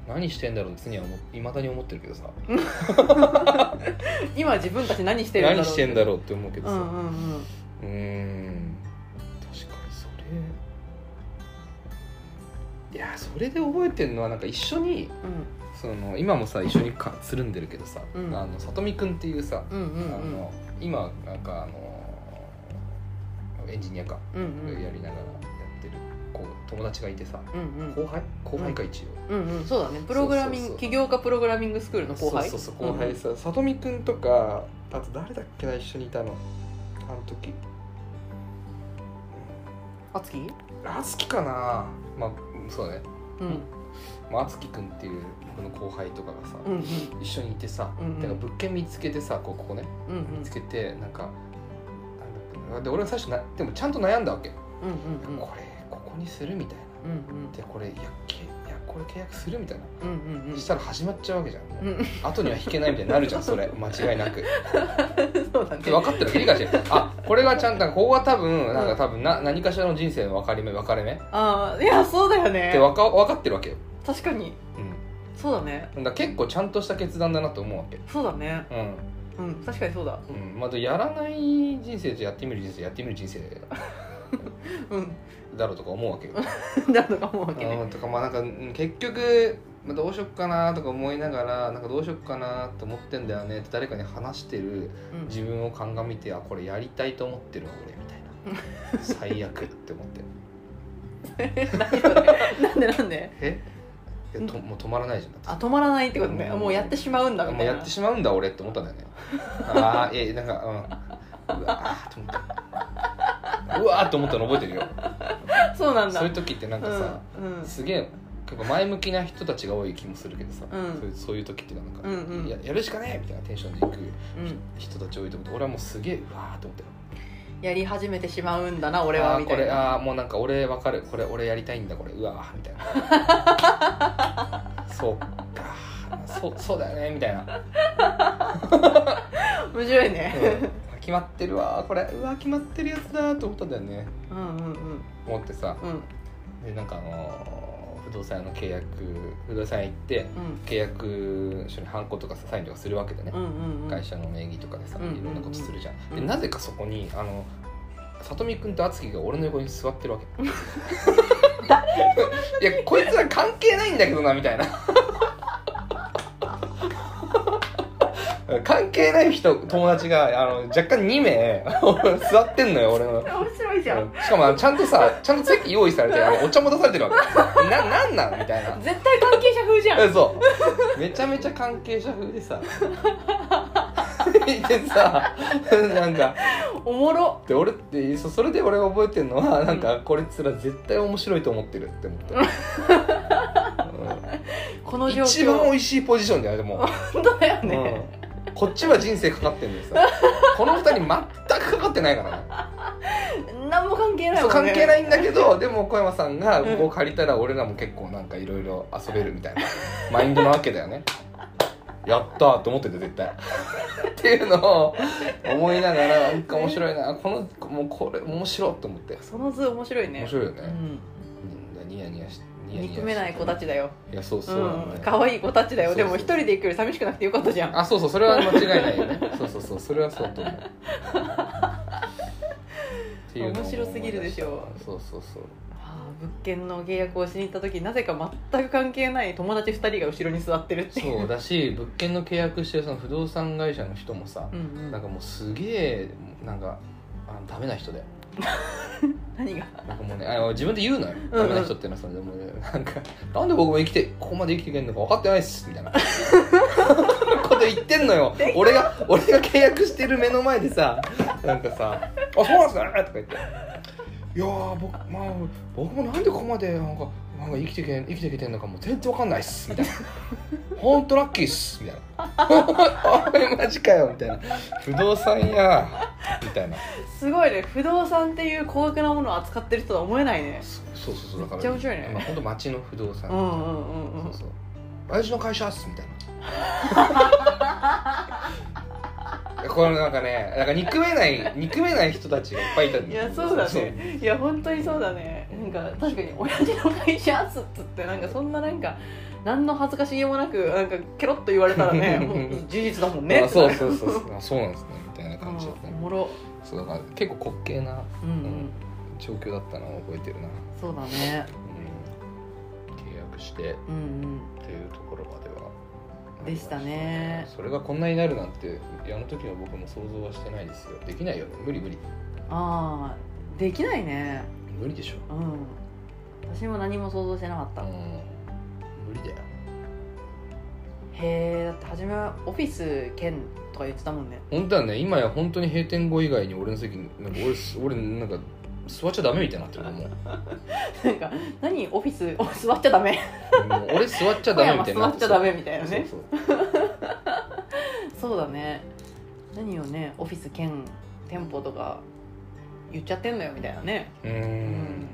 [SPEAKER 2] 何してんだろうって常にはいまだに思ってるけどさ
[SPEAKER 1] 今自分たち何してるんだろう
[SPEAKER 2] 何してんだ
[SPEAKER 1] ろ
[SPEAKER 2] ろうって思うけど
[SPEAKER 1] う
[SPEAKER 2] さ
[SPEAKER 1] んうんうん
[SPEAKER 2] うーん確かにそれいやそれで覚えてるのはなんか一緒にその今もさ一緒にかつるんでるけどさ、
[SPEAKER 1] うん
[SPEAKER 2] あのさとみくんっていうさ、
[SPEAKER 1] うんうんうん
[SPEAKER 2] あの今なんかあのエンジニアか、
[SPEAKER 1] うんうんうん
[SPEAKER 2] やりながらやってる子友達がいてさ
[SPEAKER 1] うん
[SPEAKER 2] 後輩後輩か一応、
[SPEAKER 1] うんうんそうだねプログラミング
[SPEAKER 2] そうそうそう
[SPEAKER 1] 起業家プログラミングスクールの後輩
[SPEAKER 2] そうそうそう後輩さ、さとみくんとかあと誰だっけな一緒にいたのあの時
[SPEAKER 1] あつきうん
[SPEAKER 2] あつきかなまあそうだね、まああつきくんっていう僕の後輩とかがさ、
[SPEAKER 1] うんうん
[SPEAKER 2] 一緒にいてさ、
[SPEAKER 1] うんうん
[SPEAKER 2] だから物件見つけてさこうここね
[SPEAKER 1] うんうん
[SPEAKER 2] 見つけてなんかなんだっけなで俺は最初なでもちゃんと悩んだわけ、
[SPEAKER 1] うんうん
[SPEAKER 2] これここにするみたいな
[SPEAKER 1] うんうん
[SPEAKER 2] でこれいやけいやこれ契約するみたいな、
[SPEAKER 1] うんうんうん
[SPEAKER 2] したら始まっちゃうわけじゃん、もう
[SPEAKER 1] うん
[SPEAKER 2] 後には引けないみたいになるじゃ んそれ間違いなく
[SPEAKER 1] そうだね
[SPEAKER 2] で分かってる切りがちあこれがちゃんとここが多分なんか多分な何かしらの人生の分かれ目分かれ目っ
[SPEAKER 1] ああいやそうだよね
[SPEAKER 2] て分か分かってるわけよ、
[SPEAKER 1] 確かに
[SPEAKER 2] うん、
[SPEAKER 1] そうだね
[SPEAKER 2] だから結構ちゃんとした決断だなと思うわけ
[SPEAKER 1] そうだね
[SPEAKER 2] うん、
[SPEAKER 1] うん確かにそうだ
[SPEAKER 2] うん、まあでやらない人生じゃやってみる人生やってみる人生
[SPEAKER 1] うん
[SPEAKER 2] だろうとか思うわけよ、
[SPEAKER 1] だとか思うわけね
[SPEAKER 2] うん、とかまあなんかうん結局まあどうしよっかなとか思いながらなんかどうしよっかなと思ってんだよねって誰かに話してる
[SPEAKER 1] うん
[SPEAKER 2] 自分を鑑みてあこれやりたいと思ってるわ俺みたい な最悪って思っ
[SPEAKER 1] な
[SPEAKER 2] て
[SPEAKER 1] んでなんで
[SPEAKER 2] えいやともう止まらないじゃんだって
[SPEAKER 1] あ止まらないってことね
[SPEAKER 2] うん
[SPEAKER 1] もうやってしまうんだみ
[SPEAKER 2] も
[SPEAKER 1] た
[SPEAKER 2] う
[SPEAKER 1] いな
[SPEAKER 2] やってしまうんだ俺って思ったんだ よねああえなんかうんうわーと思ったうわーと思ったの覚えてるよ
[SPEAKER 1] そうなんだ
[SPEAKER 2] そういう時ってなんかさ、
[SPEAKER 1] うんうん
[SPEAKER 2] すげえ結構前向きな人たちが多い気もするけどさ、
[SPEAKER 1] うん
[SPEAKER 2] そういうそういう時っていうのはなんか、
[SPEAKER 1] うんうん
[SPEAKER 2] ややるしかねえみたいなテンションで
[SPEAKER 1] う
[SPEAKER 2] いく
[SPEAKER 1] ん
[SPEAKER 2] 人たち多いと思って俺はもうすげえうわーと思って
[SPEAKER 1] やり始めてしまうんだな俺は
[SPEAKER 2] あー
[SPEAKER 1] みた
[SPEAKER 2] こ
[SPEAKER 1] い
[SPEAKER 2] れ
[SPEAKER 1] な
[SPEAKER 2] あーもうなんか俺わかるこれ俺やりたいんだこれうわーみたい なそうかそうそうだよねみたいな
[SPEAKER 1] 面白いね
[SPEAKER 2] うん決まってるわーこれうわー決まってるやつだーと思ったんだよね
[SPEAKER 1] うんうんうん
[SPEAKER 2] 思ってさ
[SPEAKER 1] うん
[SPEAKER 2] でなんかあのー不動産屋の契約不動産屋行って
[SPEAKER 1] うん
[SPEAKER 2] 契約書にハンコとかさサインとかするわけでね、
[SPEAKER 1] うんうんうん
[SPEAKER 2] 会社の名義とかでさ、
[SPEAKER 1] うんうんうん
[SPEAKER 2] いろんなことするじゃん、
[SPEAKER 1] うん
[SPEAKER 2] でなぜかそこにあのさとみくんとあつきが俺の横に座ってるわ けいやこいつら関係ないんだけどなみたいな関係ない人友達があの若干2名座ってんのよ俺の
[SPEAKER 1] 面白いじゃん
[SPEAKER 2] しかもあのちゃんとさちゃんと席用意されてあのお茶も出されてるわけななんなんみたいな
[SPEAKER 1] 絶対関係者風じゃん
[SPEAKER 2] えそうめちゃめちゃ関係者風でさ いてさなんか
[SPEAKER 1] おもろ
[SPEAKER 2] で俺ってそそれで俺が覚えてるのはなんかこれつら絶対面白いと思ってるって思った、
[SPEAKER 1] こ
[SPEAKER 2] う
[SPEAKER 1] の
[SPEAKER 2] ん
[SPEAKER 1] 状況
[SPEAKER 2] 一番美味しいポジションだよでも、
[SPEAKER 1] 本当だよ
[SPEAKER 2] う
[SPEAKER 1] ね
[SPEAKER 2] ん、こっちは人生かかってるんですよこの二人全くかかってないからね
[SPEAKER 1] 何も関係ないも
[SPEAKER 2] そうん関係ないいんだけどでも小山さんが
[SPEAKER 1] うん
[SPEAKER 2] ここ借りたら俺らも結構なんかいろいろ遊べるみた いなマインドなわけだよねやったーと思ってて絶対っていうのを思いながらなんか面白いなこのもうこれ面白いと思って
[SPEAKER 1] その図面白いね
[SPEAKER 2] 面白いよ
[SPEAKER 1] う
[SPEAKER 2] ね、
[SPEAKER 1] ん
[SPEAKER 2] うん、ニヤニヤしてニヤニヤして
[SPEAKER 1] 憎めない子たちだよ
[SPEAKER 2] いやそう
[SPEAKER 1] う
[SPEAKER 2] そうなんだよ
[SPEAKER 1] ん可愛い子たちだよ
[SPEAKER 2] そうそ
[SPEAKER 1] で
[SPEAKER 2] う
[SPEAKER 1] も一人で行くより寂しくなくてよかったじゃん
[SPEAKER 2] あそうそうそれは間違いないよねそうそうそうそれはそうと 思うっていうのを思い出した
[SPEAKER 1] 面白すぎるでしょ
[SPEAKER 2] そうそうそう
[SPEAKER 1] あー物件の契約をしに行った時なぜか全く関係ない友達2人が後ろに座ってるっていう
[SPEAKER 2] そうだし物件の契約してるその不動産会社の人もさ
[SPEAKER 1] う、んうん
[SPEAKER 2] なんかもうすげえなんかあダメな人だよ
[SPEAKER 1] 何が
[SPEAKER 2] なんかもうねあ自分で言うのよ
[SPEAKER 1] うんう
[SPEAKER 2] ダ
[SPEAKER 1] ん
[SPEAKER 2] メな人っていうのはそれでもうねなんかなんで僕も生きてここまで生きていけんのか分かってないっ すみたいなこと言ってんのよ俺が俺が契約してる目の前でさなんかさ「あそうなんすね」とか言って「いやー僕,、まあ、僕もなんでここまでなんかなんか生きてけ生きていけてんのかもう全然分かんないっす」みたいな「ほんとラッキーっす」みたいな「おいマジかよ」みたいな「不動産や」みたいな
[SPEAKER 1] すごいね不動産っていう高額なものを扱ってる人とは思えないね
[SPEAKER 2] そうそうそうだから
[SPEAKER 1] めっちゃ面白いね
[SPEAKER 2] まあ、本当町の不動産、
[SPEAKER 1] うんうんうんうん
[SPEAKER 2] そうそう親父の会社っすみたい なこのなんかねなんか憎めない憎めない人たちがいっぱいいたん
[SPEAKER 1] い
[SPEAKER 2] だよ
[SPEAKER 1] やそうだねいや本当にそうだねなんか確かに親父の会社っつっつってなんかそんななんか何の恥ずかしげもなくなんかケロッと言われたら ねもう事実だもんね
[SPEAKER 2] あそう
[SPEAKER 1] ってなる
[SPEAKER 2] そうそうそうあそうなんですねみたいな感じだった
[SPEAKER 1] うんお
[SPEAKER 2] ね
[SPEAKER 1] もろ
[SPEAKER 2] そうだから結構滑稽な
[SPEAKER 1] うんうん
[SPEAKER 2] 状況だったのを覚えてるな、
[SPEAKER 1] そうだね
[SPEAKER 2] うんくして
[SPEAKER 1] うんうん
[SPEAKER 2] というところまではありま
[SPEAKER 1] でしたね
[SPEAKER 2] それがこんなになるなんてあの時の僕も想像はしてないですよできないよね無理無理
[SPEAKER 1] ああできないね
[SPEAKER 2] 無理でしょ
[SPEAKER 1] うん私も何も想像してなかった、
[SPEAKER 2] 無理だよ
[SPEAKER 1] へえだって初めはオフィス兼とか言ってたもんね
[SPEAKER 2] 本当はね今や本当に閉店後以外に俺の席なんか俺俺なんか座っちゃダメみたいになってるもう
[SPEAKER 1] なんか何オフィスお座っちゃダメ
[SPEAKER 2] もう俺座っちゃ
[SPEAKER 1] 小
[SPEAKER 2] ダメ
[SPEAKER 1] 山
[SPEAKER 2] みたいに
[SPEAKER 1] 座
[SPEAKER 2] な
[SPEAKER 1] ってちゃダメみたいなね
[SPEAKER 2] そう
[SPEAKER 1] そうだね何をねオフィス兼店舗とか言っちゃってんのよみたいなね
[SPEAKER 2] そううーん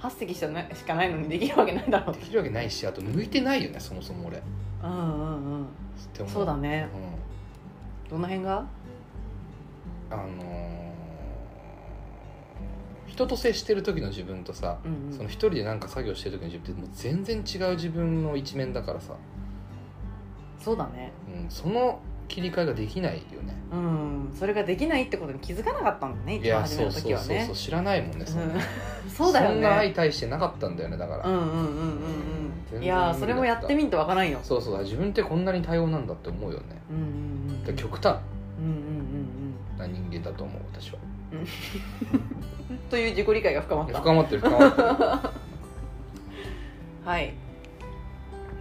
[SPEAKER 1] 8席しかないしかないのにできるわけないだろう
[SPEAKER 2] できるわけないしあと向いてないよねそもそも俺っ
[SPEAKER 1] うんうんうん
[SPEAKER 2] て思
[SPEAKER 1] そうだね
[SPEAKER 2] うん
[SPEAKER 1] どの辺が
[SPEAKER 2] あのー人と接してる時の自分とさ、
[SPEAKER 1] うんうん
[SPEAKER 2] その一人でなんか作業してる時の自分ってもう全然違う自分の一面だからさ、
[SPEAKER 1] そうだね
[SPEAKER 2] うん、その切り替えができないよね
[SPEAKER 1] うんそれができないってことに気づかなかったんだね
[SPEAKER 2] い
[SPEAKER 1] 一番
[SPEAKER 2] や
[SPEAKER 1] 初
[SPEAKER 2] そ
[SPEAKER 1] めの
[SPEAKER 2] うそう
[SPEAKER 1] 時
[SPEAKER 2] そう
[SPEAKER 1] は
[SPEAKER 2] そ
[SPEAKER 1] ね
[SPEAKER 2] う知らないもんねそ,、
[SPEAKER 1] うんそうだよ
[SPEAKER 2] そんな
[SPEAKER 1] ね
[SPEAKER 2] 相対してなかったんだよねだから、
[SPEAKER 1] うんうんうんうんうんうん
[SPEAKER 2] 全然無理だった
[SPEAKER 1] いやーそれもやってみんとわからんよ
[SPEAKER 2] そうそう自分ってこんなに多様なんだって思うよね
[SPEAKER 1] うんうんうん
[SPEAKER 2] だから極端
[SPEAKER 1] うんうんうん
[SPEAKER 2] な人間だと思う私は
[SPEAKER 1] うんという自己理解が深まっ
[SPEAKER 2] い
[SPEAKER 1] た
[SPEAKER 2] や深まってる深まってる
[SPEAKER 1] はい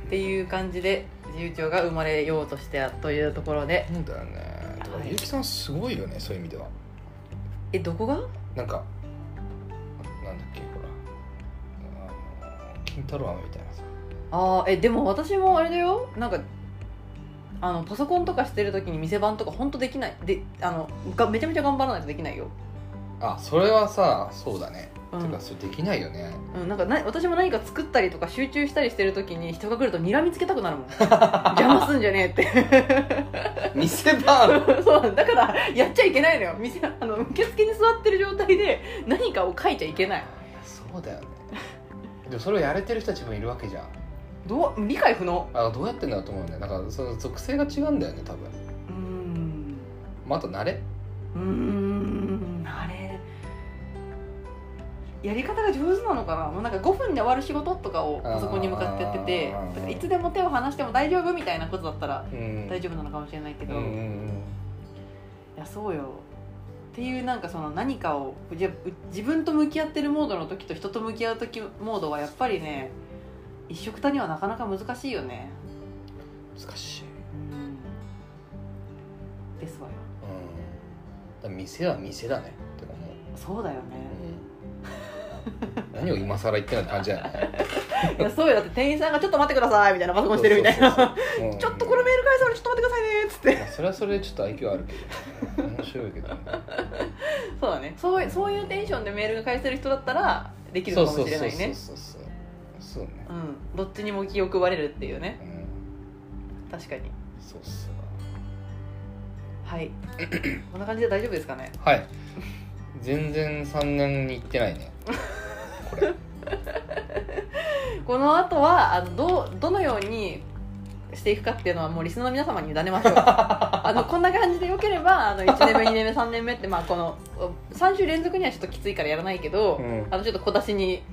[SPEAKER 1] っていう感じで自由帳が生まれようとしてというところで
[SPEAKER 2] そうだよねだから
[SPEAKER 1] はい
[SPEAKER 2] 結城さんすごいよねそういう意味では
[SPEAKER 1] えどこが
[SPEAKER 2] なんかなんだっけほらあの金太郎飴みたいなさ
[SPEAKER 1] あーえでも私もあれだよなんかあのパソコンとかしてる時に店番とか本当できないであのがめちゃめちゃ頑張らないとできないよ、
[SPEAKER 2] あそれはさそうだね、
[SPEAKER 1] うん
[SPEAKER 2] てかそれできないよ ね
[SPEAKER 1] うん、なんかな私も何か作ったりとか集中したりしてる時に人が来ると睨みつけたくな るもん邪魔すんじゃねえって
[SPEAKER 2] 店番
[SPEAKER 1] そうだからやっちゃいけないのよ店あの受付に座ってる状態で何かを書いちゃいけない
[SPEAKER 2] そうだよねでもそれをやれてる人たちもいるわけじゃん
[SPEAKER 1] どう理解不能
[SPEAKER 2] あどうやってんだろうと思うんだよなんかその属性が違うんだよね多分、
[SPEAKER 1] うーん
[SPEAKER 2] まあ、あと慣れ
[SPEAKER 1] うーんあれやり方が上手なのかなもうなんか5分で終わる仕事とかをパソコンに向かってやってて
[SPEAKER 2] あー
[SPEAKER 1] だからいつでも手を離しても大丈夫みたいなことだったら
[SPEAKER 2] うん
[SPEAKER 1] 大
[SPEAKER 2] 丈
[SPEAKER 1] 丈夫なのかもしれないけど、
[SPEAKER 2] うんうん
[SPEAKER 1] いやそうよっていうなんかその何かをじゃ自分と向き合ってるモードの時と人と向き合う時モードはやっぱりね一緒くたにはなかなか難しいよね
[SPEAKER 2] うん難しい、うん、
[SPEAKER 1] うんですわよ
[SPEAKER 2] だから店は店だねってかも
[SPEAKER 1] そうだよね、
[SPEAKER 2] う、うん、何を今更言ってんのって感じだよね
[SPEAKER 1] いやそうよだって店員さんが「ちょっと待ってください」みたいなパソコンしてるみたいな
[SPEAKER 2] そうそう
[SPEAKER 1] 「
[SPEAKER 2] そうそう
[SPEAKER 1] ちょっとこのメール返すのにちょっと待ってくださいね」っつって
[SPEAKER 2] まあそれはそれでちょっと IQ あるけど、ね、面白いけど、ね、
[SPEAKER 1] そうだねそういそういうテンションでメールが返せる人だったらできる
[SPEAKER 2] そ
[SPEAKER 1] の
[SPEAKER 2] う
[SPEAKER 1] か
[SPEAKER 2] そ
[SPEAKER 1] も
[SPEAKER 2] う
[SPEAKER 1] し
[SPEAKER 2] そ
[SPEAKER 1] れ
[SPEAKER 2] う
[SPEAKER 1] な
[SPEAKER 2] そう
[SPEAKER 1] いね
[SPEAKER 2] そうそうね
[SPEAKER 1] うんどっちにも気を配れるっていうね
[SPEAKER 2] うん
[SPEAKER 1] 確かに
[SPEAKER 2] そうっす
[SPEAKER 1] はい こんな感じで大丈夫ですかね
[SPEAKER 2] わはい全然3年に行ってないねこれ
[SPEAKER 1] この後はあのどうどのようにしていくかっていうのはもうリスナーの皆様に委ねましょ うあのこんな感じでよければあの1年目2年目3年目って、まあ、この3週連続にはちょっときついからやらないけど、
[SPEAKER 2] うん
[SPEAKER 1] あのちょっと小出しに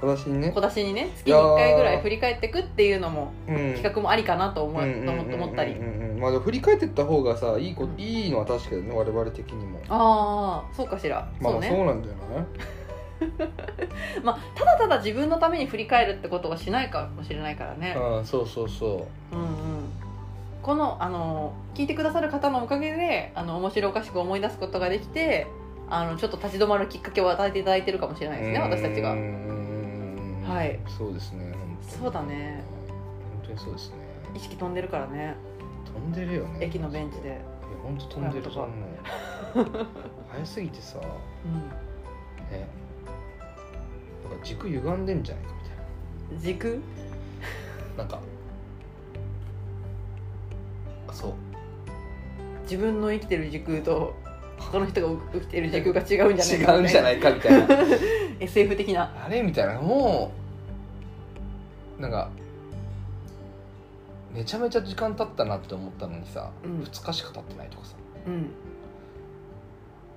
[SPEAKER 2] 小出しにね
[SPEAKER 1] 小出しにね月に1回ぐらい振り返ってくっていうのも
[SPEAKER 2] 企
[SPEAKER 1] 企画もありかなと思,、うと思思ったり
[SPEAKER 2] まあでも振り返ってった方がさいいこいいのは確かにね我々的にも
[SPEAKER 1] ああそうかしら、
[SPEAKER 2] まあ
[SPEAKER 1] そう
[SPEAKER 2] そう
[SPEAKER 1] ね
[SPEAKER 2] なんだよね
[SPEAKER 1] まあただただ自分のために振り返るってことはしないかもしれないからね、
[SPEAKER 2] ああそうそうそ
[SPEAKER 1] うんうんこのあの聞いてくださる方のおかげであの面白おかしく思い出すことができてあのちょっと立ち止まるきっかけを与えていただいてるかもしれ
[SPEAKER 2] う
[SPEAKER 1] ないですね私たちが
[SPEAKER 2] うーん
[SPEAKER 1] はい
[SPEAKER 2] そうですね本当に
[SPEAKER 1] そうだね
[SPEAKER 2] 本当にそうですね
[SPEAKER 1] 意識飛んでるからね
[SPEAKER 2] 飛んでるよね
[SPEAKER 1] 駅のベンチで、
[SPEAKER 2] いや本当飛んでると思う早すぎてさね
[SPEAKER 1] う
[SPEAKER 2] なんか軸歪んでんじゃないかみたい
[SPEAKER 1] ん、軸
[SPEAKER 2] ななんかあそう
[SPEAKER 1] 自分の生きてる時空と他の人が生きてる時空が違うんじゃない
[SPEAKER 2] 違
[SPEAKER 1] か
[SPEAKER 2] うんじゃ
[SPEAKER 1] い
[SPEAKER 2] ないかみたいな
[SPEAKER 1] SF 的な
[SPEAKER 2] あれみたいなもうなんかめちゃめちゃ時間経ったなって思ったのにさ、
[SPEAKER 1] う
[SPEAKER 2] 二
[SPEAKER 1] ん
[SPEAKER 2] 2日しか経ってないとかさ
[SPEAKER 1] うん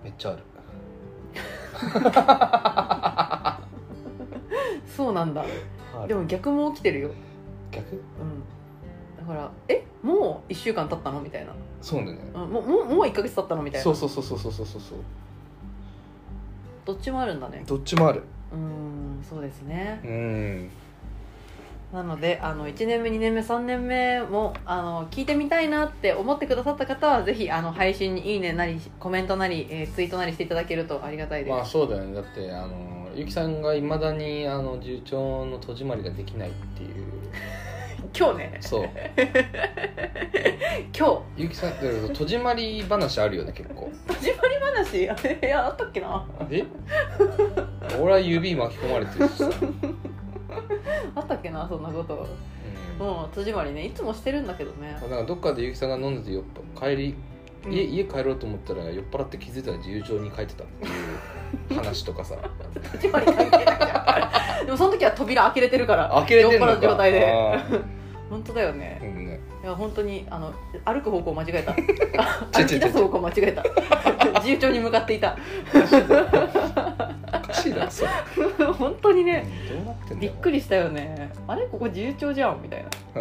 [SPEAKER 2] めっちゃある
[SPEAKER 1] そうなんだでも逆も起きてるよ、
[SPEAKER 2] 逆
[SPEAKER 1] うん、だからえもう1週間経ったのみたいな、
[SPEAKER 2] そうだね
[SPEAKER 1] うん、もうもうもう1ヶ月経ったのみたいな
[SPEAKER 2] そうそうそうそうそうそうそう
[SPEAKER 1] どっちもあるんだね
[SPEAKER 2] どっちもある
[SPEAKER 1] うーんそうですね
[SPEAKER 2] うん
[SPEAKER 1] なのであの1年目2年目3年目もあの聞いてみたいなって思ってくださった方はぜひあの配信に「いいね」なりコメントなり、えーツイートなりしていただけるとありがたいです、
[SPEAKER 2] まあそうだよねだってあのゆきさんがいまだにあの重長の戸締まりができないっていう
[SPEAKER 1] 今日ね
[SPEAKER 2] そう
[SPEAKER 1] 今
[SPEAKER 2] ゆきさんだけど戸締まり話あるよね結構
[SPEAKER 1] 日始まり話 あれいやあったっけな
[SPEAKER 2] え俺は指巻き込まれてるし さ、
[SPEAKER 1] あったっけなそんなこと
[SPEAKER 2] うん
[SPEAKER 1] もう戸締まりねいつもしてるんだけどね
[SPEAKER 2] なんかどっかでゆきさんが飲んでて酔っぱ帰り
[SPEAKER 1] うん
[SPEAKER 2] 家家帰ろうと思ったら酔っ払って気づいたら自由帳に書いてたっていう話と かさ
[SPEAKER 1] 戸締まり関係ないじゃん でもその時は扉開けれてるから
[SPEAKER 2] 開けれてんのか
[SPEAKER 1] 酔っ払った状態で
[SPEAKER 2] あー
[SPEAKER 1] 本当だよね
[SPEAKER 2] うんね
[SPEAKER 1] いや本当にあの歩く方向間違えた
[SPEAKER 2] ちょ
[SPEAKER 1] 歩
[SPEAKER 2] ち
[SPEAKER 1] き
[SPEAKER 2] ょちょ
[SPEAKER 1] 出す方向間 違えた 自由帳に向かっていた
[SPEAKER 2] おかしい なそれ
[SPEAKER 1] 本当にね
[SPEAKER 2] どうなってんだ
[SPEAKER 1] びっ
[SPEAKER 2] よ
[SPEAKER 1] くりしたよねあれここ自由帳じゃんみたい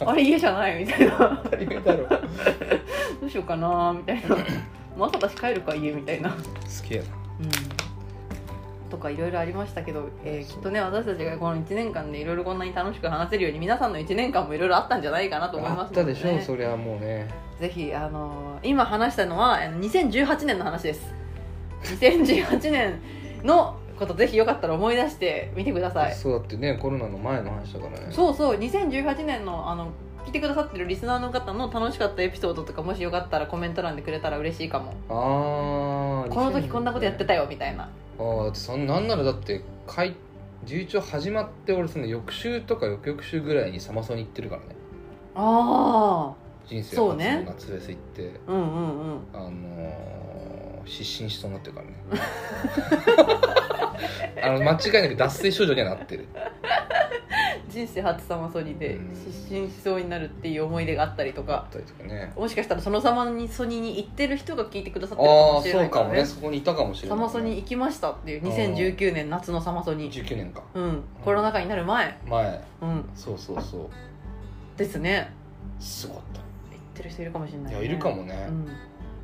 [SPEAKER 1] なあれ家じゃないみたいな
[SPEAKER 2] 当たり前だろ好
[SPEAKER 1] どうしようかなみたいなまた私帰るか家みたいな、
[SPEAKER 2] きやな
[SPEAKER 1] とかいろいろありましたけど、えーきっとね私たちがこの1年間でいろいろこんなに楽しく話せるように皆さんの1年間もいろいろあったんじゃないかなと思い
[SPEAKER 2] あ
[SPEAKER 1] ま
[SPEAKER 2] っ
[SPEAKER 1] すの
[SPEAKER 2] た
[SPEAKER 1] で,、
[SPEAKER 2] で
[SPEAKER 1] ね、
[SPEAKER 2] しょそりゃもうね
[SPEAKER 1] ぜひあのー今話したのはあの2018年の話です2018年のことぜひよかったら思い出してみてください
[SPEAKER 2] そうだってねコロナの前の話だからね
[SPEAKER 1] そうそう2018年のあの来てくださってるリスナーの方の楽しかったエピソードとかもしよかったらコメント欄でくれたら嬉しいかも
[SPEAKER 2] ああ
[SPEAKER 1] この時こんなことやってたよみたいな
[SPEAKER 2] あーだってそんなんならだってかい11章始まって俺その翌週とか翌々週ぐらいにサマソニ行ってるからね
[SPEAKER 1] あ
[SPEAKER 2] 人生
[SPEAKER 1] そう
[SPEAKER 2] 初
[SPEAKER 1] ね
[SPEAKER 2] の夏フェス行って、
[SPEAKER 1] あうんうんうん
[SPEAKER 2] あのー、失神しそうになってるからね あの間違いなく脱水症状にはなってる
[SPEAKER 1] 人生初サマソニで
[SPEAKER 2] うん
[SPEAKER 1] 失神しそうになるっていう思い出があったりと
[SPEAKER 2] あ
[SPEAKER 1] か
[SPEAKER 2] ったりとかね
[SPEAKER 1] もしかしたらそのサマソニに行ってる人が聞いてくださってるか
[SPEAKER 2] ああ
[SPEAKER 1] もし
[SPEAKER 2] ー
[SPEAKER 1] れ
[SPEAKER 2] そ
[SPEAKER 1] な
[SPEAKER 2] う
[SPEAKER 1] い
[SPEAKER 2] かもね
[SPEAKER 1] ね
[SPEAKER 2] そこにいたかもしれな
[SPEAKER 1] サ
[SPEAKER 2] い、
[SPEAKER 1] マソニ行きましたっていう2019年夏のサマソニ
[SPEAKER 2] 19年か
[SPEAKER 1] うんコロナ禍になる前
[SPEAKER 2] 前
[SPEAKER 1] うん
[SPEAKER 2] そうそうそう
[SPEAKER 1] ですね
[SPEAKER 2] すごかっ
[SPEAKER 1] 行ってる人いるかもしれな
[SPEAKER 2] た
[SPEAKER 1] い、
[SPEAKER 2] い
[SPEAKER 1] ね、
[SPEAKER 2] やいるかもね、
[SPEAKER 1] うん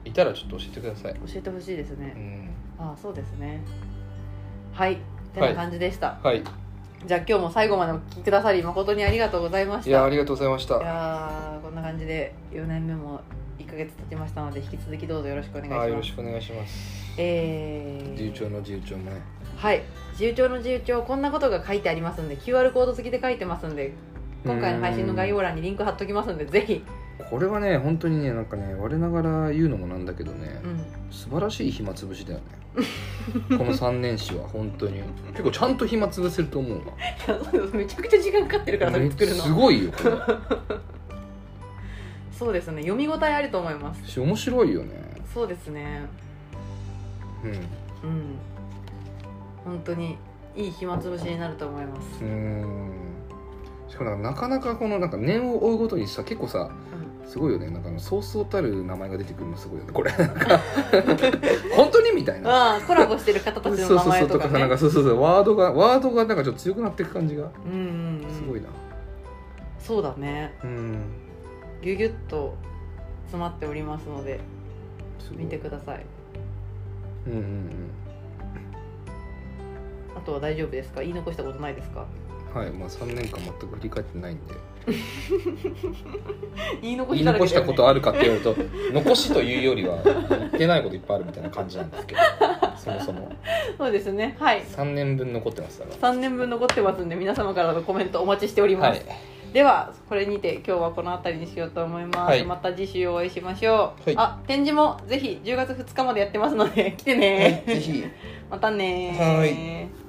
[SPEAKER 2] いたらちょっと教えてください、
[SPEAKER 1] 教えてほしいですね、
[SPEAKER 2] うん、
[SPEAKER 1] ああそうですねはいてな感じでした、
[SPEAKER 2] はい
[SPEAKER 1] じゃあ今日も最後までお聞きくださり誠にありがとうございました
[SPEAKER 2] いやありがとうございまし
[SPEAKER 1] い
[SPEAKER 2] た
[SPEAKER 1] やーこんな感じで4年目も1ヶ月経ちましたので引き続きどうぞよろしくお願いし
[SPEAKER 2] はい、よ
[SPEAKER 1] ま
[SPEAKER 2] ろ
[SPEAKER 1] す
[SPEAKER 2] しくお願いします。
[SPEAKER 1] えー
[SPEAKER 2] 自由帳の自由帳もね。
[SPEAKER 1] はい自由帳の自由帳こんなことが書いてありますんで QR コード付きで書いてますんで今回の配信の概要欄にリンク貼っときますんでぜひ、
[SPEAKER 2] これはね、本当にね、なんかね、我ながら言うのもなんだけどね、
[SPEAKER 1] うん、
[SPEAKER 2] 素晴らしい暇つぶしだよね。この3年史は本当に結構ちゃんと暇つぶせると思うわ
[SPEAKER 1] めちゃくちゃ時間かかってるからそれ作る
[SPEAKER 2] す
[SPEAKER 1] の
[SPEAKER 2] ごいよこれ
[SPEAKER 1] そうですね読み応えあると思います
[SPEAKER 2] し面白いよね
[SPEAKER 1] そうですねうん本当にいい暇つぶしになると思います、
[SPEAKER 2] うんうんしかもなんかなかなかこのなんか年を追うごとにさ結構さ
[SPEAKER 1] うん
[SPEAKER 2] すごいよねなんかあのそうそうたる名前が出てくるのすごいよねこれなんか本当にみたいな
[SPEAKER 1] ああコラボしてる方たちの
[SPEAKER 2] そう
[SPEAKER 1] 名
[SPEAKER 2] そうそう
[SPEAKER 1] 前
[SPEAKER 2] と
[SPEAKER 1] とか
[SPEAKER 2] かさなん
[SPEAKER 1] ね
[SPEAKER 2] かそうそうそうワードがワードがなんかちょっと強くなっていく感じが
[SPEAKER 1] うんうんうん
[SPEAKER 2] すごいな
[SPEAKER 1] そうだね
[SPEAKER 2] うん
[SPEAKER 1] ギュギュッと詰まっておりますのです
[SPEAKER 2] ごい
[SPEAKER 1] 見てください
[SPEAKER 2] うんうんうん
[SPEAKER 1] あとは大丈夫ですか言い残したことないですか
[SPEAKER 2] はいまあ3年間全く振り返ってないんで
[SPEAKER 1] 言い残
[SPEAKER 2] 言
[SPEAKER 1] し
[SPEAKER 2] い
[SPEAKER 1] たらけ
[SPEAKER 2] 残
[SPEAKER 1] だ
[SPEAKER 2] し
[SPEAKER 1] よ
[SPEAKER 2] た
[SPEAKER 1] ね
[SPEAKER 2] ことあるかって言われると残しというよりは言ってないこといっぱいあるみたいな感じなんですけどそもそも
[SPEAKER 1] そうですねはい
[SPEAKER 2] 3年分残ってますだか
[SPEAKER 1] 3年分残ってますんで皆様からのコメントお待ちしており
[SPEAKER 2] ら
[SPEAKER 1] ます、
[SPEAKER 2] はい
[SPEAKER 1] ではこれにて今日はこの辺りにしようと思います、
[SPEAKER 2] はい
[SPEAKER 1] また次週お会いしましょう、
[SPEAKER 2] はい
[SPEAKER 1] あ展示もぜひ10月2日までやってますので来てね
[SPEAKER 2] ぜひ
[SPEAKER 1] またね
[SPEAKER 2] は